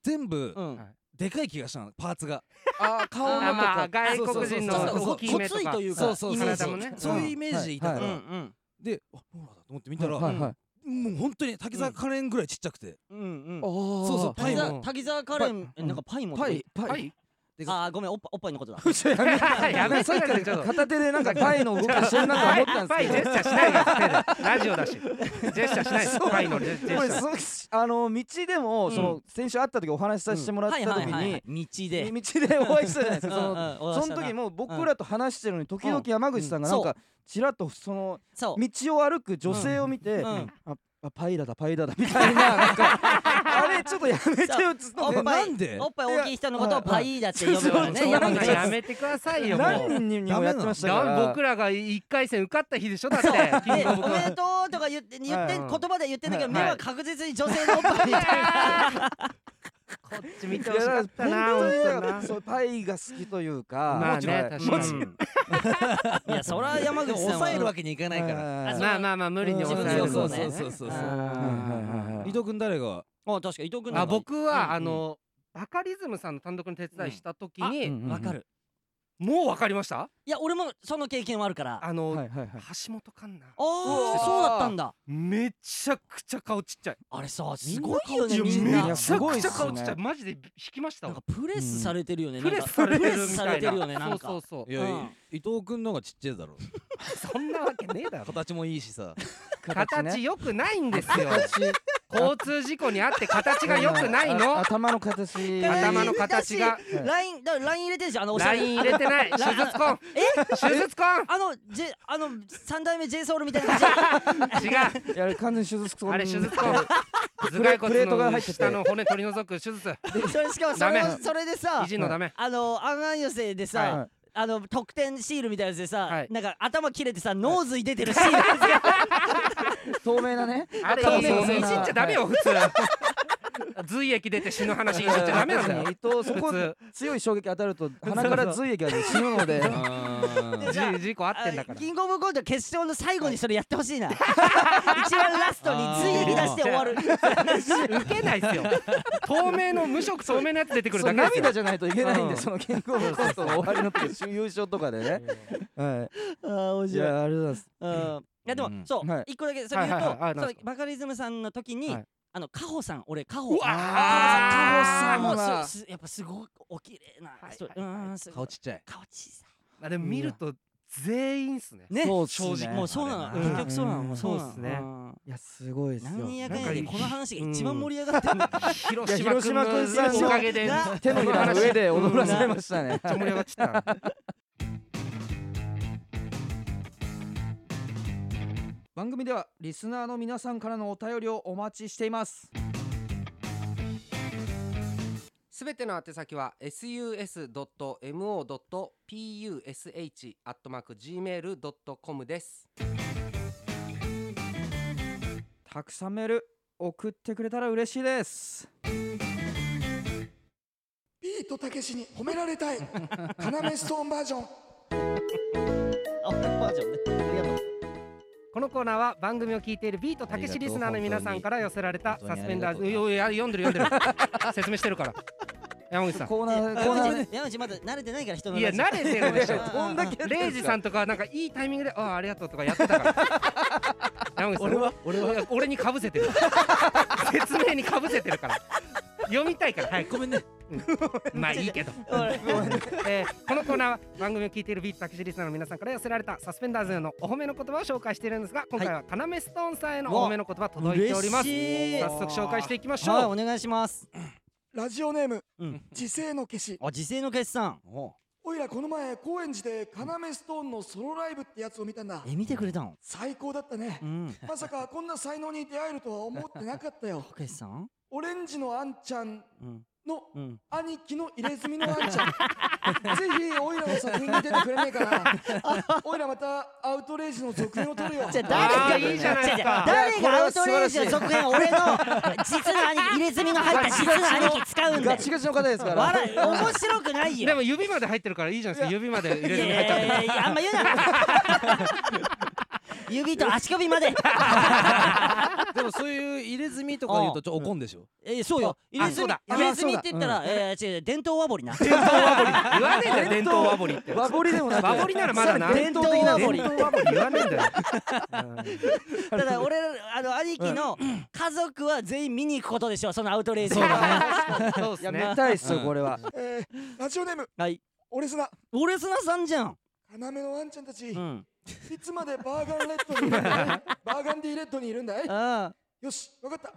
Speaker 4: 全部
Speaker 3: うん。
Speaker 4: でかい気がしたのパーツが
Speaker 2: あー顔
Speaker 1: あ
Speaker 2: のと
Speaker 1: まあ
Speaker 2: か。
Speaker 1: 外国人
Speaker 3: ちょっと
Speaker 1: の
Speaker 3: こ
Speaker 1: 大きい目
Speaker 3: つ
Speaker 1: と
Speaker 3: い
Speaker 1: か
Speaker 3: という
Speaker 4: そ
Speaker 3: か
Speaker 4: うそうそ
Speaker 3: イ
Speaker 4: う
Speaker 3: メージ
Speaker 1: 体もね
Speaker 4: そういうイメージでいたか
Speaker 3: うんう
Speaker 4: ら
Speaker 3: ん
Speaker 4: であローラだと思って見
Speaker 2: 見
Speaker 4: たら
Speaker 2: はいはい。
Speaker 4: もう本当に滝沢カレンぐらいちっちゃくて
Speaker 3: うんうん。
Speaker 2: ー
Speaker 4: そうそうパ
Speaker 3: 滝
Speaker 4: イ
Speaker 3: 沢
Speaker 4: も
Speaker 3: 滝沢カレンえなんかパイも
Speaker 2: パイパ
Speaker 1: は
Speaker 2: イ。
Speaker 1: い
Speaker 3: ああごめんおっぱおっぱいのことだ。
Speaker 1: やめてくださいちょっと
Speaker 2: 片手でなんかパイの動きしてるなと思ったん
Speaker 1: パイジ
Speaker 2: で
Speaker 1: ェ
Speaker 2: す
Speaker 1: スチャーしないです手でラジオだしジェスチャーしないですパイのジェスチ
Speaker 2: けど。
Speaker 1: ャ
Speaker 2: これ
Speaker 1: ー
Speaker 2: そうあの道でもその先週会った時お話しさせてもらった時に
Speaker 3: 道で。
Speaker 2: 道でお会いしたじゃないですか。その
Speaker 3: の
Speaker 2: その時もう僕らと話してるのに時々山口さんが
Speaker 3: うん
Speaker 2: なんかちらっとその
Speaker 3: そう
Speaker 2: 道を歩く女性を見て、
Speaker 3: んうん
Speaker 2: ああパイラだパイラだみたいななんかあれちょっとやめてよつっ
Speaker 3: おっ
Speaker 4: え
Speaker 3: ぱ
Speaker 4: ないんで
Speaker 3: おっぱい大きい人のことをパイだって呼ぶから
Speaker 1: し
Speaker 3: ね
Speaker 1: てな
Speaker 3: 山
Speaker 1: ん
Speaker 3: 口
Speaker 1: か
Speaker 3: さ
Speaker 1: や
Speaker 3: ん。
Speaker 1: めてくださいよもう
Speaker 2: 何人にもやってましたか
Speaker 1: だ
Speaker 2: ら
Speaker 1: 僕らが一回戦受かった日でしょだって
Speaker 3: そうで
Speaker 1: キングオブコ ント
Speaker 3: おめでとうとか言って言って
Speaker 2: はい
Speaker 3: 言
Speaker 1: はい
Speaker 3: 葉で言ってんだけど
Speaker 1: はい
Speaker 3: 目は確実に女性のおっぱい みたいな。
Speaker 1: こっち見て
Speaker 2: い
Speaker 1: ほし
Speaker 2: や
Speaker 1: か
Speaker 2: だ
Speaker 1: っ
Speaker 2: か
Speaker 1: たな
Speaker 2: ら本当にだか
Speaker 1: 本当
Speaker 2: ら
Speaker 1: な
Speaker 2: そうパイが好きというか、
Speaker 1: まあね
Speaker 2: はい
Speaker 1: 確かに
Speaker 3: いやそれは山口さんは
Speaker 4: 抑えるわけにいかないから
Speaker 2: はい
Speaker 3: あ
Speaker 1: まあまあまあ無理に抑える
Speaker 3: そう
Speaker 1: の
Speaker 3: そう
Speaker 1: ね
Speaker 4: そうそうそう
Speaker 2: はいはいはい
Speaker 4: 伊藤君誰が
Speaker 3: あ確か伊藤君の
Speaker 1: あ僕はあ
Speaker 3: うん
Speaker 1: のバカリズムさんの単独の手伝いした時
Speaker 2: うん
Speaker 1: に
Speaker 2: うん
Speaker 3: わかる。
Speaker 1: もうわかりました
Speaker 3: いや俺もその経験はあるから。あ
Speaker 1: あの
Speaker 2: は
Speaker 1: 橋
Speaker 2: いはいはい
Speaker 1: 本環奈
Speaker 3: あーそうだったんだ。
Speaker 1: めちゃくちゃ顔ちっちゃい
Speaker 3: あれさすごいよ
Speaker 1: い
Speaker 3: ね
Speaker 1: や
Speaker 3: み
Speaker 1: め
Speaker 3: ん
Speaker 1: ち
Speaker 3: な。
Speaker 1: ゃく
Speaker 2: すごいっす
Speaker 1: ちゃ
Speaker 2: ね
Speaker 1: 顔ちっちゃいマジで引きました
Speaker 3: なん
Speaker 1: わ
Speaker 3: かプレスされてるよね。
Speaker 1: プ
Speaker 3: なん
Speaker 1: レ
Speaker 3: か
Speaker 1: スされ
Speaker 3: プ
Speaker 1: て
Speaker 3: レ
Speaker 1: る
Speaker 3: ス
Speaker 1: み
Speaker 3: さ
Speaker 1: た
Speaker 3: れ
Speaker 1: い
Speaker 3: て
Speaker 1: な
Speaker 3: るよねなんか。
Speaker 1: そうそう
Speaker 4: い
Speaker 1: そ
Speaker 4: や
Speaker 3: う
Speaker 4: い
Speaker 3: ん
Speaker 4: 伊藤君の方がちっちゃいだろ
Speaker 1: うそんなわけねえだろ
Speaker 4: 形もいいしさ
Speaker 1: 形
Speaker 2: ね
Speaker 1: 良くないんですよ交通事故にあって形が良くない
Speaker 2: あ
Speaker 1: の
Speaker 2: 頭の形
Speaker 1: 頭の形が
Speaker 2: はい
Speaker 3: ラインだライン入れてるじゃんあのおしゃ
Speaker 1: ラ
Speaker 3: れ
Speaker 1: イン入れてない手術コン手術コン
Speaker 3: あのジェあの三代目 J ソウルみたいな感
Speaker 1: 違
Speaker 2: いやあれ完全に手術
Speaker 1: うあれ手術コン
Speaker 2: は
Speaker 1: 頭蓋
Speaker 2: プレ
Speaker 1: 骨
Speaker 2: ートが入
Speaker 1: の
Speaker 2: ってて
Speaker 1: 下の骨取り除く手術
Speaker 3: じ。 でそれしかもそれ
Speaker 1: ダ
Speaker 3: をそれでさ
Speaker 1: い。じんのダメ
Speaker 3: あのアンアン寄せで
Speaker 2: い
Speaker 3: さ、あの得点シールみたいなやつでさ、
Speaker 1: はい
Speaker 3: なんか頭切れてさ脳髄出てる シールあるじゃん
Speaker 2: 透明なね
Speaker 1: あれ
Speaker 2: 頭
Speaker 1: いじ
Speaker 2: の
Speaker 1: いじっちゃダメよ普通髄液出て死ぬ話いじっちゃダメなんだよ
Speaker 2: 伊藤そこ
Speaker 1: 普通
Speaker 2: 強い衝撃当たると鼻から髄液が出て死ぬの で
Speaker 4: あ
Speaker 3: じゃあ
Speaker 1: じ事故あってんだか
Speaker 3: あ
Speaker 1: ら
Speaker 3: キングオブコント決勝の最後にそれやってほし いな一番ラストに髄液出して終わる
Speaker 1: 受けないっすよ透明の無色透明のやつ出てくる
Speaker 2: そう
Speaker 1: だけで
Speaker 2: 涙
Speaker 1: すよ
Speaker 2: じゃないといけないん
Speaker 1: うん
Speaker 2: でそのキングオブコントの終わりの時優勝とかでねは
Speaker 3: あー 面
Speaker 2: いいやありがとうございます
Speaker 3: うんいやでも、
Speaker 4: うん
Speaker 3: そう、
Speaker 2: はい
Speaker 3: 一個だけそれ言うと、
Speaker 1: はいはいはいあ
Speaker 3: そ
Speaker 1: なん
Speaker 3: の
Speaker 1: すか
Speaker 3: バカリズムさんの時に、
Speaker 1: はい
Speaker 3: あのカホさん俺カホ
Speaker 1: うわー
Speaker 3: カホさん
Speaker 2: ま
Speaker 3: も
Speaker 2: あ
Speaker 3: すすやっぱすごくお綺麗な
Speaker 1: はい
Speaker 3: 人、
Speaker 1: はいはいう
Speaker 3: ーんすごい
Speaker 4: 顔ちっちゃい
Speaker 3: 顔小さ
Speaker 1: あれ見ると全員っすね
Speaker 3: いね
Speaker 2: そうっすね
Speaker 3: 正直もうそうな
Speaker 4: あ
Speaker 3: の
Speaker 1: れな
Speaker 3: 結局そうなの
Speaker 2: うん
Speaker 3: もうそうな
Speaker 1: そう
Speaker 3: の
Speaker 1: っすね
Speaker 3: ん
Speaker 2: いやすごいですよ
Speaker 3: 何やかんや
Speaker 1: な
Speaker 3: で
Speaker 1: んか
Speaker 3: この話が一番盛り上がってる
Speaker 1: 広
Speaker 2: いや広島
Speaker 1: 島君
Speaker 2: 君
Speaker 1: さ
Speaker 2: さん
Speaker 1: んの
Speaker 2: の
Speaker 1: おかげで
Speaker 3: な
Speaker 2: 手のひらの上で踊らされましたね
Speaker 1: めっちゃ盛り上がっちゃった
Speaker 2: 番組ではリスナーの皆さんからのお便りをお待ちしています
Speaker 6: すべての宛先は sus.mo.push.gmail.com です。
Speaker 2: たくさんメール送ってくれたら嬉しいです
Speaker 7: ビートたけしに褒められたい要ストーンバージョン
Speaker 3: あバージョンねありがとう
Speaker 1: このコーナーは番組を聞いているビートたけしリスナーの皆さんから寄せられた
Speaker 4: 本当
Speaker 1: サ
Speaker 4: に
Speaker 1: スペンダーズ
Speaker 4: 本当にありがと
Speaker 1: いやいや読んでる読んでる説明してるから山口さん
Speaker 2: コーナーコー
Speaker 3: 山
Speaker 2: ナー
Speaker 3: 口山口まだ慣れてないから人の
Speaker 1: いや慣れてるで しょ
Speaker 3: こんだけ
Speaker 1: レイジさんとかなんかいいタイミングで「ああありがとう」とかやってたから山口さん俺は俺は俺にかぶせてる説明にかぶせてるから読みたいから早く
Speaker 4: ごめんね
Speaker 1: まあいいけど、えーこのコーナーは番組を聞いているビートたけしリスナーの皆さんから寄せられたサスペンダーズへのお褒めの言葉を紹介しているんですが今回は要ストーンさんへのお褒めの言葉届いております
Speaker 3: 嬉しい
Speaker 1: 早速紹介していきましょう、
Speaker 3: はいお願いします
Speaker 7: ラジオネーム、
Speaker 3: うん
Speaker 7: 自生の消し
Speaker 3: あ時勢の決算
Speaker 7: おいらこの前高円寺で要ストーンのソロライブってやつを見たんだ
Speaker 3: え見てくれたの
Speaker 7: 最高だったね
Speaker 3: うん
Speaker 7: まさかこんな才能に 出会えるとは思ってなかったよ
Speaker 3: たけしさん
Speaker 7: オレンジのあんちゃん
Speaker 3: うん
Speaker 7: の
Speaker 3: うん
Speaker 7: 兄兄貴の入れ墨のワンちゃん ぜひオイラの作品に出てくれないかなオイラまたアウトレイジの続編を撮るよ
Speaker 3: じゃ誰
Speaker 1: あ
Speaker 3: が
Speaker 1: ーいいじゃないですか
Speaker 3: 誰がアウトレイジの続編を俺の実の兄貴入れ墨の入った実の兄貴使うんだ
Speaker 2: ガ
Speaker 3: よ
Speaker 2: チガチの方 ですから
Speaker 3: 笑い面白くない
Speaker 1: で
Speaker 3: よ
Speaker 1: も指まで入ってるからいいじゃないですか指まで入
Speaker 3: い
Speaker 1: れ
Speaker 3: や
Speaker 1: ず
Speaker 3: い
Speaker 1: に入っちゃっ
Speaker 3: やいやいやあんま言うな指と足首まで
Speaker 4: でもそういう入れ墨とか言うとちょっと怒んでしょ
Speaker 3: えそうよ入れ
Speaker 1: あそ
Speaker 3: 墨
Speaker 1: うだ
Speaker 3: 入れ
Speaker 2: あそう
Speaker 3: 墨っ
Speaker 2: だ
Speaker 3: て言ったらえー違う違う伝統和彫りな
Speaker 1: た言わねえんだよ伝統和彫りって
Speaker 2: 和彫りでもなく
Speaker 1: 和彫りならまだな
Speaker 3: 伝統和彫り
Speaker 1: 伝統和彫り言わねえんだよ
Speaker 3: ただ俺らあの兄貴の家族は全員見に行くことでしょうそのアウトレイジ
Speaker 1: そうで
Speaker 2: いや
Speaker 1: す
Speaker 2: 見
Speaker 1: ね
Speaker 2: たいっすよこれは
Speaker 7: えーラジオネーム
Speaker 3: はい
Speaker 7: 俺砂
Speaker 3: 俺砂さんじゃん
Speaker 7: 要のワンちゃんたち、
Speaker 3: ん
Speaker 7: いつまでバーガンレッドにいるんだいバーガンディレッドにいるんだい
Speaker 3: あ
Speaker 7: よしわかった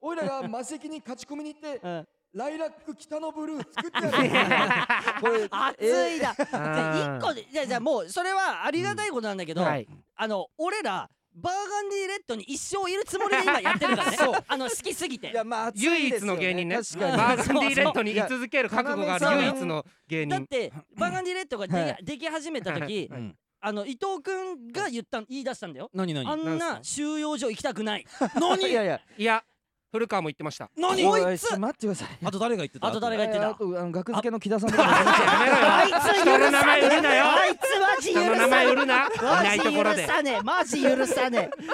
Speaker 7: オイラが魔石に勝ち込みに行って
Speaker 3: あ
Speaker 7: ライラック北のブルー作ってやる
Speaker 2: これ
Speaker 3: 熱いだじゃあ一個でじゃあじゃあもうそれはありがたいことなんだけど
Speaker 1: はい
Speaker 3: あの俺らバーガンディレッドに一生いるつもりで今やってるからねあの好きすぎて
Speaker 2: いやまあ熱い
Speaker 1: 唯
Speaker 2: で
Speaker 1: 一
Speaker 2: すよ
Speaker 1: の芸人ね
Speaker 2: 確かに
Speaker 1: バーガンディレッドに居続ける覚悟がある唯一の芸
Speaker 3: だっ
Speaker 1: 人
Speaker 3: てバーガンディレッドがで,、
Speaker 2: はい
Speaker 3: でき始めた時、
Speaker 4: はいうん
Speaker 3: あの伊藤君が言った言い出したんだよ
Speaker 4: 何
Speaker 3: あ
Speaker 4: 何
Speaker 3: ん
Speaker 1: なん
Speaker 3: な収容所行きたくない
Speaker 2: いやいや
Speaker 1: いや古川も言ってました
Speaker 3: 何
Speaker 2: お
Speaker 3: こい
Speaker 2: ち
Speaker 3: つ
Speaker 2: ょっと待ってください
Speaker 4: あと誰が言ってた
Speaker 3: あと誰が言って
Speaker 2: あ
Speaker 3: た
Speaker 2: とあの学付けの木田さんと
Speaker 1: や
Speaker 2: か
Speaker 1: めろよ
Speaker 3: あいつ許
Speaker 1: 人の名
Speaker 3: さね
Speaker 1: 前売るな
Speaker 3: え
Speaker 1: よ
Speaker 3: あいつ
Speaker 1: 人
Speaker 3: マジ
Speaker 1: の
Speaker 3: 許
Speaker 1: 名
Speaker 3: さ
Speaker 1: 前
Speaker 3: ね
Speaker 1: 売るないないとこ
Speaker 3: マ
Speaker 1: ろ
Speaker 3: ジ許
Speaker 1: で
Speaker 3: さねえマジ許さね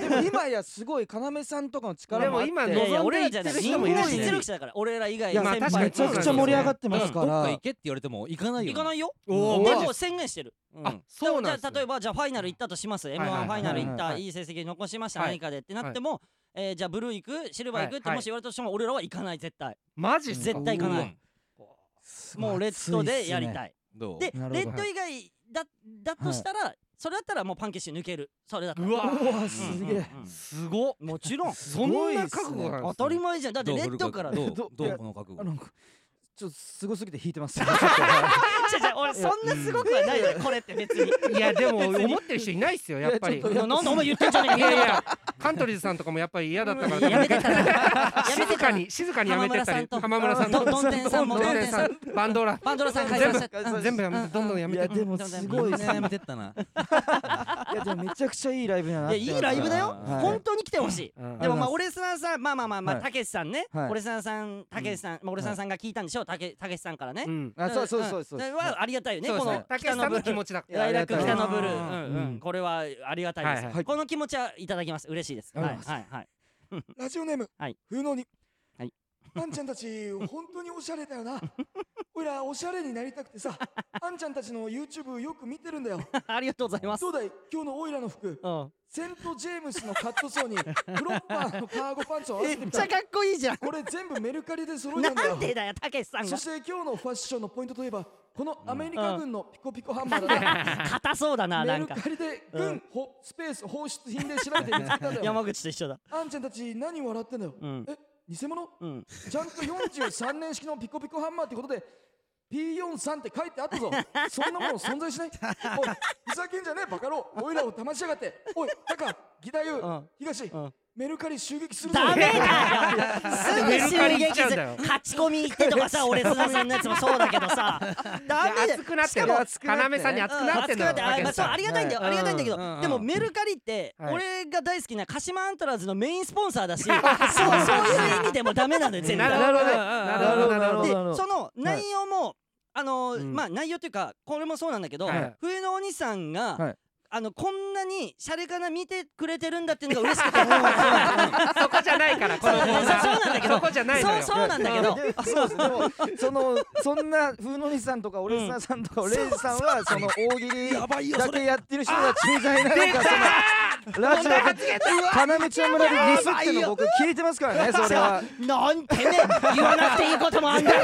Speaker 2: でも今やすごい要さんとかの力もあって
Speaker 1: でも今の
Speaker 3: えいやいや
Speaker 1: 望んで
Speaker 3: 俺
Speaker 1: 言って
Speaker 3: らじ
Speaker 1: る
Speaker 3: ゃない
Speaker 1: 人も
Speaker 3: み
Speaker 1: い
Speaker 3: ん
Speaker 1: る
Speaker 3: な
Speaker 1: しね
Speaker 3: 実力者だから俺ら以外
Speaker 2: いや
Speaker 3: 先
Speaker 1: まあ確か
Speaker 3: 輩
Speaker 2: め
Speaker 1: に
Speaker 2: ちゃくちゃ盛り上がってますか
Speaker 4: どっから行けって言われても行かないよ
Speaker 3: 行かないよ
Speaker 1: おお
Speaker 3: で
Speaker 1: マジ
Speaker 3: も宣言してる
Speaker 4: うん
Speaker 1: あそうなん
Speaker 3: じ
Speaker 1: で
Speaker 3: ゃ
Speaker 1: す
Speaker 3: あ例えばじゃあファイナル行ったとします、
Speaker 1: いはい
Speaker 3: M1 ファイナル行った、
Speaker 1: はいいはい
Speaker 3: い、成績残しました、
Speaker 1: はい
Speaker 3: 何かでってなっても、えーじゃあブルー行くシルバー行くって
Speaker 1: はい
Speaker 3: もし言われたとしても、俺らは行かない絶対
Speaker 1: マジっすか
Speaker 3: 絶対行かな
Speaker 4: う
Speaker 3: い
Speaker 4: ん
Speaker 3: もうレッドでやり
Speaker 2: い
Speaker 3: たい
Speaker 4: どう
Speaker 3: で
Speaker 2: なるほど
Speaker 3: レッド以外だだとしたら、それだったらもうパンケッシュ抜けるそれだったら
Speaker 1: うわ
Speaker 2: うわすげえ
Speaker 3: うん
Speaker 1: すごっ
Speaker 3: もちろん
Speaker 1: そんな覚悟なんですね
Speaker 3: 当たり前じゃんだって
Speaker 4: どう
Speaker 3: レッドから
Speaker 4: どう
Speaker 2: どう
Speaker 4: ど
Speaker 2: いうや
Speaker 4: この覚
Speaker 2: あ
Speaker 4: 悟
Speaker 2: のちょっとすごすぎて引いてます
Speaker 3: 違う違う俺そんなすごくはないよ これって別に
Speaker 1: いやでも思ってる人いないっすよやっぱり。い
Speaker 2: いやちょっ
Speaker 3: なんでお前言ってんじゃねえか
Speaker 1: やいやカントリーズさんとかもやっぱり嫌だったから
Speaker 3: やめてたらやめて
Speaker 1: 静
Speaker 3: た
Speaker 1: からに静かにやめてったり浜村さん
Speaker 3: ど
Speaker 1: と
Speaker 3: どんてんさんも
Speaker 1: どん
Speaker 3: どん
Speaker 1: て
Speaker 3: て
Speaker 1: ん
Speaker 3: んさ
Speaker 1: さ
Speaker 3: ん
Speaker 1: んバンドラ
Speaker 3: バンドラさん解
Speaker 1: 全
Speaker 3: 散
Speaker 1: 部
Speaker 3: しちゃった
Speaker 1: 全部やめてどんどんや
Speaker 2: い
Speaker 1: め
Speaker 2: や
Speaker 1: て
Speaker 2: でも
Speaker 3: どんどん
Speaker 2: すごい
Speaker 4: み
Speaker 2: で
Speaker 4: ん
Speaker 2: す
Speaker 4: な
Speaker 2: ね
Speaker 4: やめてったな
Speaker 2: いやでもめちゃくちゃいいライブだなって
Speaker 3: いやいいライブだよ
Speaker 2: はい
Speaker 3: 本当に来てほしい
Speaker 1: うん
Speaker 3: でもまあ
Speaker 2: あ
Speaker 3: 俺砂さんまあまあまあまあ
Speaker 2: はい
Speaker 3: たけしさんね
Speaker 2: はい
Speaker 3: 俺砂さんたけしさんまあ俺砂さんが聞いたんでしょうたけたけしさんからね
Speaker 1: うん
Speaker 2: あそうそうそうそう
Speaker 3: それはありがたいよね
Speaker 1: そうで
Speaker 3: こ
Speaker 1: す
Speaker 3: の
Speaker 1: ね竹
Speaker 3: 北
Speaker 1: 内さ
Speaker 3: の
Speaker 1: ん
Speaker 3: ブ
Speaker 1: の
Speaker 3: ル
Speaker 1: 気
Speaker 3: ー
Speaker 1: 持ちだ。
Speaker 3: ライラック北のブル
Speaker 1: あ
Speaker 3: ー
Speaker 1: ー
Speaker 3: うんうんこれはありがたい
Speaker 1: はい
Speaker 3: で
Speaker 1: は
Speaker 3: す
Speaker 1: い
Speaker 3: この気持ちはいただきます嬉しいです
Speaker 2: あ
Speaker 3: は
Speaker 2: りが
Speaker 3: い
Speaker 2: とう
Speaker 3: はい
Speaker 2: ご
Speaker 3: はい
Speaker 7: ラジオネーム、
Speaker 3: はい
Speaker 7: 冬のに
Speaker 3: はい
Speaker 7: あんちゃんたち本当におしゃれだよなおいらおしゃれになりたくてさあんちゃんたちの YouTube よく見てるんだよ
Speaker 3: ありがとうございます
Speaker 7: どうだい今日のオイラの服
Speaker 3: うん
Speaker 7: セント・ジェームスのカットソーにプロッパーのカーゴパンツを合わせて み
Speaker 3: じゃ
Speaker 7: た
Speaker 3: あかっこいいじゃん
Speaker 7: これ全部メルカリで揃えたんだ
Speaker 3: な
Speaker 7: よ
Speaker 3: んでだよたけしさん
Speaker 7: そ
Speaker 3: が
Speaker 7: して今日のファッションのポイントといえばこのアメリカ軍のピコピコハンマーだ な
Speaker 3: 硬そうだなな
Speaker 7: メ
Speaker 3: ん
Speaker 7: ル
Speaker 3: か
Speaker 7: カリで軍ほスペース放出品で調べて見つけたんだよ
Speaker 3: 山口と一緒だ
Speaker 7: あんちゃんたち何笑ってんだよ、
Speaker 3: ん
Speaker 7: え偽物、
Speaker 3: ん
Speaker 7: ジャンク43年式のピコピコハンマーってことで P43 って書いてあっ たぞそんなもの存在しないおいふざけんじゃねえバカ野郎おいらを騙しやがっておいタカ義太夫東、メルカリ襲撃するぞ
Speaker 3: ダメだよすぐ
Speaker 1: メルカ
Speaker 3: 襲
Speaker 1: リ行
Speaker 3: 撃
Speaker 1: っちゃう
Speaker 3: す
Speaker 1: ん
Speaker 3: る
Speaker 1: だよ
Speaker 3: 勝ち込み行ってとかさ俺砂さんのやつもそうだけどさ ダメだよ
Speaker 1: 熱くなってる。要さんに熱くなって
Speaker 3: 熱
Speaker 1: ん
Speaker 3: く
Speaker 1: の
Speaker 3: なってあまあ
Speaker 1: よ。
Speaker 3: そうありがたいんだよありがたいんだけど
Speaker 4: うんうん
Speaker 3: でもメルカリって
Speaker 1: はい
Speaker 3: 俺が大好きな鹿島アントラーズのメインスポンサー だしそうそういう意味でもダメなのよ絶
Speaker 1: な
Speaker 3: 対
Speaker 1: るほどね。なるほどなるほ
Speaker 3: で
Speaker 1: ど。
Speaker 3: その内容も、あのー
Speaker 1: うん
Speaker 3: まあ内容というかこれもそうなんだけど、
Speaker 1: はい
Speaker 3: 冬のお兄さんが、
Speaker 2: はい
Speaker 3: あのこんなにシャレかな見てくれてるんだっていうのが嬉しくて
Speaker 1: そこじゃないからこのコーナー。
Speaker 3: そうそうなんだけど
Speaker 1: そこじゃないの
Speaker 3: そう
Speaker 1: よ。
Speaker 3: そうなんだけど
Speaker 2: あそうですでもそのそんな風の西さんとかオレスナさんとかオレンジさんはその大喜利
Speaker 4: やばいよ
Speaker 2: だ
Speaker 4: それ
Speaker 2: けやってる人たちみたいななんかそのラジオで要ちゃん村でディスっていうの僕聞いてますからねそれは
Speaker 3: なんてね言わなくていいことも あんだよ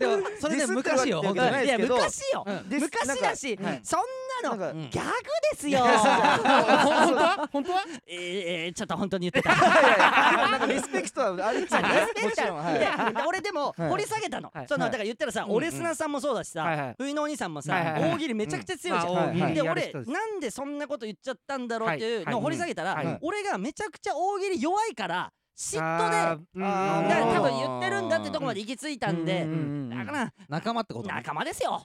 Speaker 4: でもそれ
Speaker 2: デ
Speaker 4: ね
Speaker 2: ィスってるわ
Speaker 4: 昔
Speaker 2: け
Speaker 4: よ本
Speaker 2: じゃ
Speaker 4: 当
Speaker 2: ない
Speaker 4: に
Speaker 2: です
Speaker 3: いや
Speaker 2: けど
Speaker 3: 昔よ、
Speaker 4: うん
Speaker 2: ディス
Speaker 3: 昔だし、
Speaker 2: なんか
Speaker 3: そんな
Speaker 2: な
Speaker 3: の
Speaker 2: ん
Speaker 3: ギャグですよ
Speaker 1: 本当は？
Speaker 3: えーえーちょっと本当に言ってた
Speaker 2: いやいやなんかリスペクトはあるっちゃねもちろんはい
Speaker 3: で俺でも
Speaker 2: はい
Speaker 3: 掘り下げたの、
Speaker 1: はい
Speaker 3: その
Speaker 2: はい
Speaker 3: だから言ったらさ、
Speaker 1: うん
Speaker 3: 俺砂さんもそうだしさ、
Speaker 1: はいはい
Speaker 3: 冬のお兄さんもさ、
Speaker 1: はいはいはい
Speaker 3: 大喜利めちゃくちゃ強いじゃ
Speaker 1: う
Speaker 3: ん、
Speaker 1: んまあ
Speaker 2: はい
Speaker 1: 大喜
Speaker 3: で
Speaker 1: 利やる
Speaker 3: 俺
Speaker 1: 人です
Speaker 3: なんでそんなこと言っちゃったんだろうっていう
Speaker 1: はい
Speaker 3: のを掘り下げたら、
Speaker 1: はい
Speaker 2: はい
Speaker 3: 俺がめちゃくちゃ大喜利弱いから嫉妬で
Speaker 1: で
Speaker 2: あー
Speaker 3: だ
Speaker 2: な
Speaker 3: から
Speaker 2: る
Speaker 3: 多
Speaker 2: ほど
Speaker 3: 分言ってるんだってとこまで行き着いたんで
Speaker 1: うん
Speaker 2: うん
Speaker 3: だから
Speaker 4: 仲間ってことね
Speaker 3: 仲間ですよ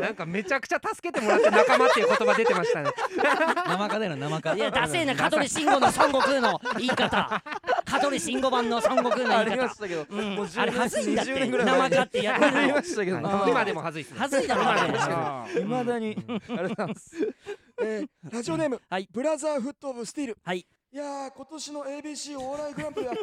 Speaker 1: なんかめちゃくちゃ助けてもらって仲間っていう言葉出てましたね
Speaker 4: 生かだよ生か
Speaker 3: いやダセえな香取慎吾の孫悟空の言い 方香取慎吾版の孫悟空の
Speaker 2: あ
Speaker 3: 言
Speaker 2: り
Speaker 3: い
Speaker 2: ま
Speaker 3: 方
Speaker 2: したけど、
Speaker 3: うん
Speaker 2: もう10
Speaker 3: あれ恥ずいんだって
Speaker 2: 20年ぐらい
Speaker 3: 生
Speaker 2: 前
Speaker 3: かってやって
Speaker 2: あ
Speaker 3: る
Speaker 2: り
Speaker 3: の
Speaker 2: ましたけど、
Speaker 1: はい今でも恥ずいっすね
Speaker 3: 恥ずいだろ
Speaker 1: 今でも
Speaker 3: だって
Speaker 1: あ
Speaker 2: いまだに、ありがとうございます。
Speaker 7: えーラジオネーム、
Speaker 3: はい
Speaker 7: ブラザーフット・オブ・スティール、
Speaker 3: はい、
Speaker 7: やー今年の ABC お笑いグランプ リは要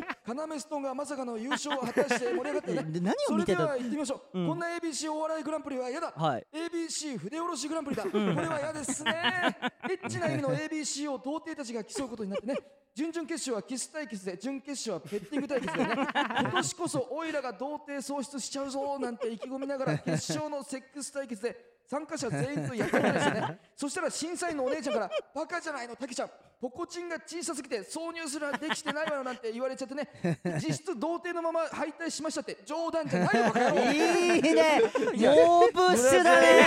Speaker 7: ストーンがまさかの優勝を果たして盛り上がったね
Speaker 3: で何を
Speaker 7: それ
Speaker 3: 見
Speaker 7: で
Speaker 3: てた
Speaker 7: は行ってみましょう、
Speaker 3: うん
Speaker 7: こんな ABC お笑いグランプリは嫌だ、
Speaker 3: はい
Speaker 7: ABC 筆下ろしグランプリだ、これは嫌で すねエッチな意味の ABC を童貞たちが競うことになってね準々決勝はキス対決で準決勝はペッティング対決で ね今年こそオイラが童貞喪失しちゃうぞなんて意気込みな がら決勝のセックス対決で参加者全員とやってみたんですよ ねそしたら審査員のお姉ちゃんから「バカじゃないのたけちゃんポコチンが小さすぎて挿入すらできてないわよ」なんて言われちゃってね実質童貞のまま敗退しましたって冗談じゃないよバカ野 郎
Speaker 3: いいね猛プッシュだね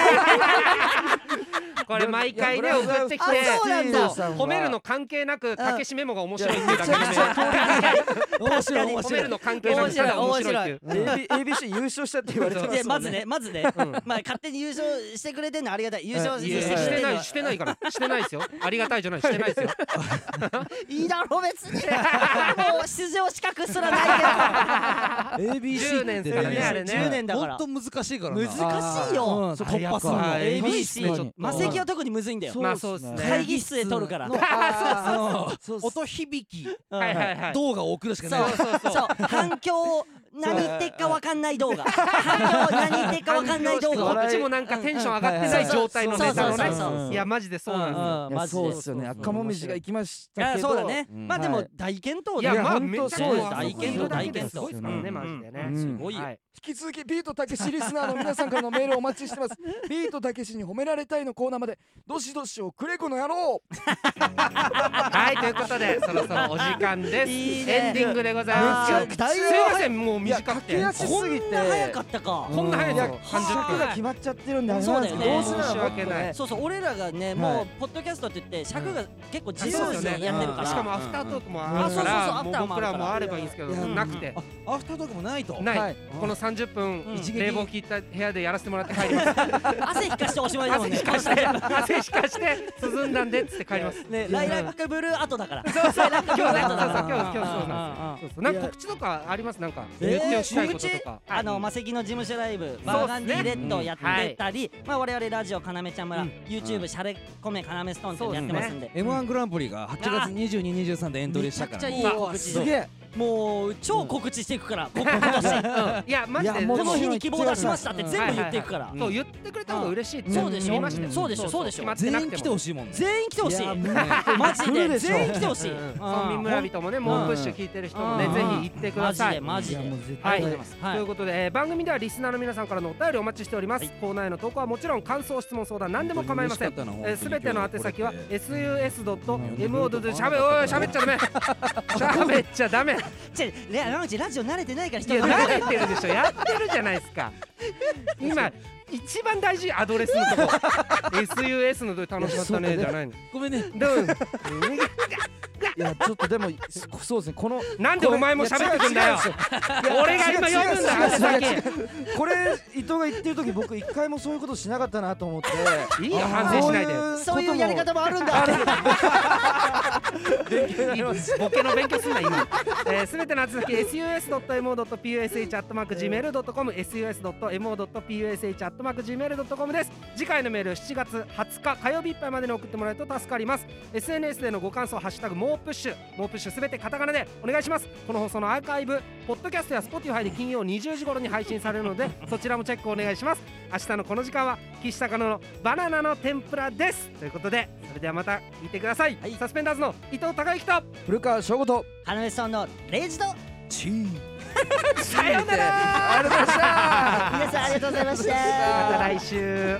Speaker 1: これ毎回ね送ってきて
Speaker 3: あそうなんだ
Speaker 1: 褒めるの関係なく竹しメモが面白いっていうだけで
Speaker 4: 面白い
Speaker 1: 褒
Speaker 4: 面
Speaker 1: め
Speaker 4: 白
Speaker 1: る
Speaker 4: い
Speaker 1: の関係なくただ面白いっていう
Speaker 2: AB ABC 優勝したって言われてますもん
Speaker 3: でまずねまずねまあ勝手に優勝してくれてんのありがたい優勝
Speaker 1: い
Speaker 3: して
Speaker 1: や
Speaker 3: く
Speaker 1: し
Speaker 3: れて
Speaker 1: て
Speaker 3: んの
Speaker 1: ないしてないからしてないですよありがたいじゃないしてないですよ
Speaker 3: いいだろ別にもう出場資格すらない
Speaker 4: ABC
Speaker 1: 10年生だねあれ
Speaker 3: けど10
Speaker 1: ね
Speaker 3: 年だから
Speaker 4: 本当難しいからな
Speaker 3: 難しいよ
Speaker 4: うんそう突破するの
Speaker 1: あれやっぱ
Speaker 3: ABC
Speaker 1: 確かに
Speaker 3: 魔
Speaker 1: ちょっ
Speaker 3: 石は特にむずいんだよ
Speaker 1: まあそうですね
Speaker 3: 会議室で撮るから
Speaker 4: のあーそう音響き
Speaker 1: とはいはいはい
Speaker 4: 動画を送るしか
Speaker 3: そう
Speaker 4: ない
Speaker 3: そう反響を何言ってっかわかんない動画反響を何言ってっかわかんない動
Speaker 1: こ
Speaker 3: 画
Speaker 1: っちもなんかテンション上がってない状態のネタ
Speaker 3: そうそうそう
Speaker 1: の
Speaker 3: そう
Speaker 1: ねいやマジでそうなんですよ
Speaker 2: いやそうですよね。赤もみじが行きました
Speaker 3: あ
Speaker 2: けど。
Speaker 3: そうだね
Speaker 2: うん
Speaker 3: まあでも
Speaker 2: はい
Speaker 3: 大健闘
Speaker 1: い
Speaker 3: だ
Speaker 1: や、
Speaker 3: よ
Speaker 1: まあ、
Speaker 2: 本
Speaker 1: めっ
Speaker 2: 当
Speaker 1: ちゃ
Speaker 2: そうです
Speaker 1: 大健闘、大健闘。
Speaker 3: す
Speaker 1: ご
Speaker 3: ご
Speaker 1: い
Speaker 3: い
Speaker 1: で
Speaker 3: です
Speaker 2: か
Speaker 1: か
Speaker 3: す
Speaker 2: らら
Speaker 1: ね、
Speaker 2: ね
Speaker 1: マジでね。
Speaker 2: す
Speaker 3: ごいよ
Speaker 1: はい
Speaker 7: 引き続きビートたけしリスナーの皆さんからのメールをお待ちしてますビートたけしに褒められたいのコーナーまでどしどしをくれこの野郎
Speaker 1: はい、ということで、そろそろお時間です。
Speaker 3: いいね
Speaker 1: エンディングでございます。
Speaker 3: めちゃくちゃ
Speaker 1: すいません、もう短く
Speaker 2: い
Speaker 1: て
Speaker 2: や。駆け足すぎて
Speaker 3: こんな早かったか
Speaker 1: こんな早い
Speaker 2: いや
Speaker 1: よ、三十
Speaker 2: 尺が
Speaker 1: 分。
Speaker 2: 決まっちゃってるんであれなんですけど、
Speaker 3: そうだ
Speaker 2: どうする
Speaker 3: よね
Speaker 1: 申し
Speaker 2: の
Speaker 1: 訳ない
Speaker 3: そうそう俺らがねもうポッドキャストって言って尺が結構自
Speaker 1: そうで
Speaker 3: 由
Speaker 1: すよ
Speaker 3: に
Speaker 1: ね
Speaker 3: やってるか
Speaker 1: し
Speaker 3: ら
Speaker 1: かもアフタートークもあるか
Speaker 3: あそうそうそう
Speaker 1: ら、
Speaker 3: ア
Speaker 1: も
Speaker 3: フ
Speaker 1: う
Speaker 3: ターもあ
Speaker 1: 僕
Speaker 3: るから
Speaker 1: らもあればいいんですけど、
Speaker 2: いや
Speaker 1: なくて。
Speaker 4: アフタートークもないと
Speaker 1: な
Speaker 3: はいい、
Speaker 1: この三十分
Speaker 3: うん、
Speaker 4: 一撃
Speaker 1: 冷房切った部屋でやらせてもらって帰り ます。
Speaker 3: 汗引かしておしまいだもん
Speaker 1: 汗
Speaker 3: ね
Speaker 1: 引かして、汗引かして、涼んだんでっつって帰ります。
Speaker 3: ねライラックブルー後だから
Speaker 1: そうそう、今日ね、そうそう、今日、今日、そうな
Speaker 3: あー
Speaker 1: んですよそうそう。なんか告知とかあります、なんか。
Speaker 3: え
Speaker 1: 言っておきた
Speaker 3: ー
Speaker 1: いこ
Speaker 3: 告
Speaker 1: と
Speaker 3: 知
Speaker 1: とか。
Speaker 3: あの マセキの事務所ライブバーガンディレッドやってたり、まあ我々ラジオかなめちゃん村、
Speaker 1: うん
Speaker 3: YouTube シャレコメかなめストーンっていうのやってますんで
Speaker 4: M1 グランプリが8月22、23でエントリーしたか
Speaker 3: めち
Speaker 4: ら
Speaker 3: ゃくちゃいい告知
Speaker 2: すげえ。
Speaker 3: もう超告知していくから、こ今年
Speaker 1: いや、マ
Speaker 2: い
Speaker 1: ジ
Speaker 2: や
Speaker 1: で、
Speaker 2: もう
Speaker 3: この日に希望出しましたって全部言っていくから、
Speaker 1: そう言ってくれた方が嬉しいって
Speaker 3: そうでし
Speaker 1: 言い
Speaker 3: ょ
Speaker 1: ましたよ
Speaker 3: そうでしょそうでしょ
Speaker 1: 決ま
Speaker 4: 全
Speaker 1: って
Speaker 4: 員
Speaker 1: なく
Speaker 4: 来
Speaker 1: て
Speaker 4: て
Speaker 1: も
Speaker 4: ほしいもんね
Speaker 3: 全員来てほしい
Speaker 2: いや
Speaker 3: マジ
Speaker 2: 来る
Speaker 3: で
Speaker 2: でしょ
Speaker 3: 全員来てほしい、
Speaker 1: うんうん
Speaker 3: あー
Speaker 1: 村民村人もねもうプッシュ聞いてる人もね
Speaker 3: うん
Speaker 1: ぜひ行ってく
Speaker 3: マ
Speaker 1: だ
Speaker 3: ジ
Speaker 1: さ
Speaker 3: で
Speaker 1: い
Speaker 3: マジで
Speaker 1: はい
Speaker 3: ありがとうございますはい
Speaker 1: ということで、えー番組ではリスナーの皆さんからのお便りお待ちしております、コーナーへの投稿はもちろん感想質問相談何でも構いませんえーすべての宛先は sus.mo. しゃべおいしゃべっちゃダメしゃべっちゃダメ
Speaker 3: ちょレアマジラジオ慣れてないから
Speaker 1: い
Speaker 3: 人
Speaker 1: や
Speaker 3: が
Speaker 1: 慣れてるでしょやってるじゃないですか今一番大事アドレスのとこ SUS のとこ楽しかったねじゃないの
Speaker 4: ごめんね
Speaker 1: どう
Speaker 2: いやちょっとでもそそうですねこの
Speaker 1: なんでお前も喋ってくんだよ俺が今読むんだ
Speaker 2: 違う違う
Speaker 1: 宛先
Speaker 2: これ伊藤が言ってる時僕一回もそういうことしなかったなと思って。
Speaker 1: いいよ反省しないで
Speaker 3: そういうやり方もあるんだ
Speaker 1: ボケの勉強すんな今えーすべての宛先 sus.mo.push.gmail.com sus.mo.push.gmail.com です次回のメール7月20日火曜日いっぱいまでに送ってもらえると助かります SNS でのご感想「ハッシュタグもうプッシュ」もうプッシュすべてカタカナでお願いしますこの放送のアーカイブポッドキャストや Spotify で金曜20時頃に配信されるのでそちらもチェックお願いします明日のこの時間は岸高野のバナナの天ぷらですということでそれではまた見てください、サスペンダーズの伊藤孝之と
Speaker 2: 古川翔吾と。
Speaker 3: 花芽さんのレイジと
Speaker 4: チー
Speaker 1: さ ようなら
Speaker 3: 皆さんありがとうございました
Speaker 1: また来週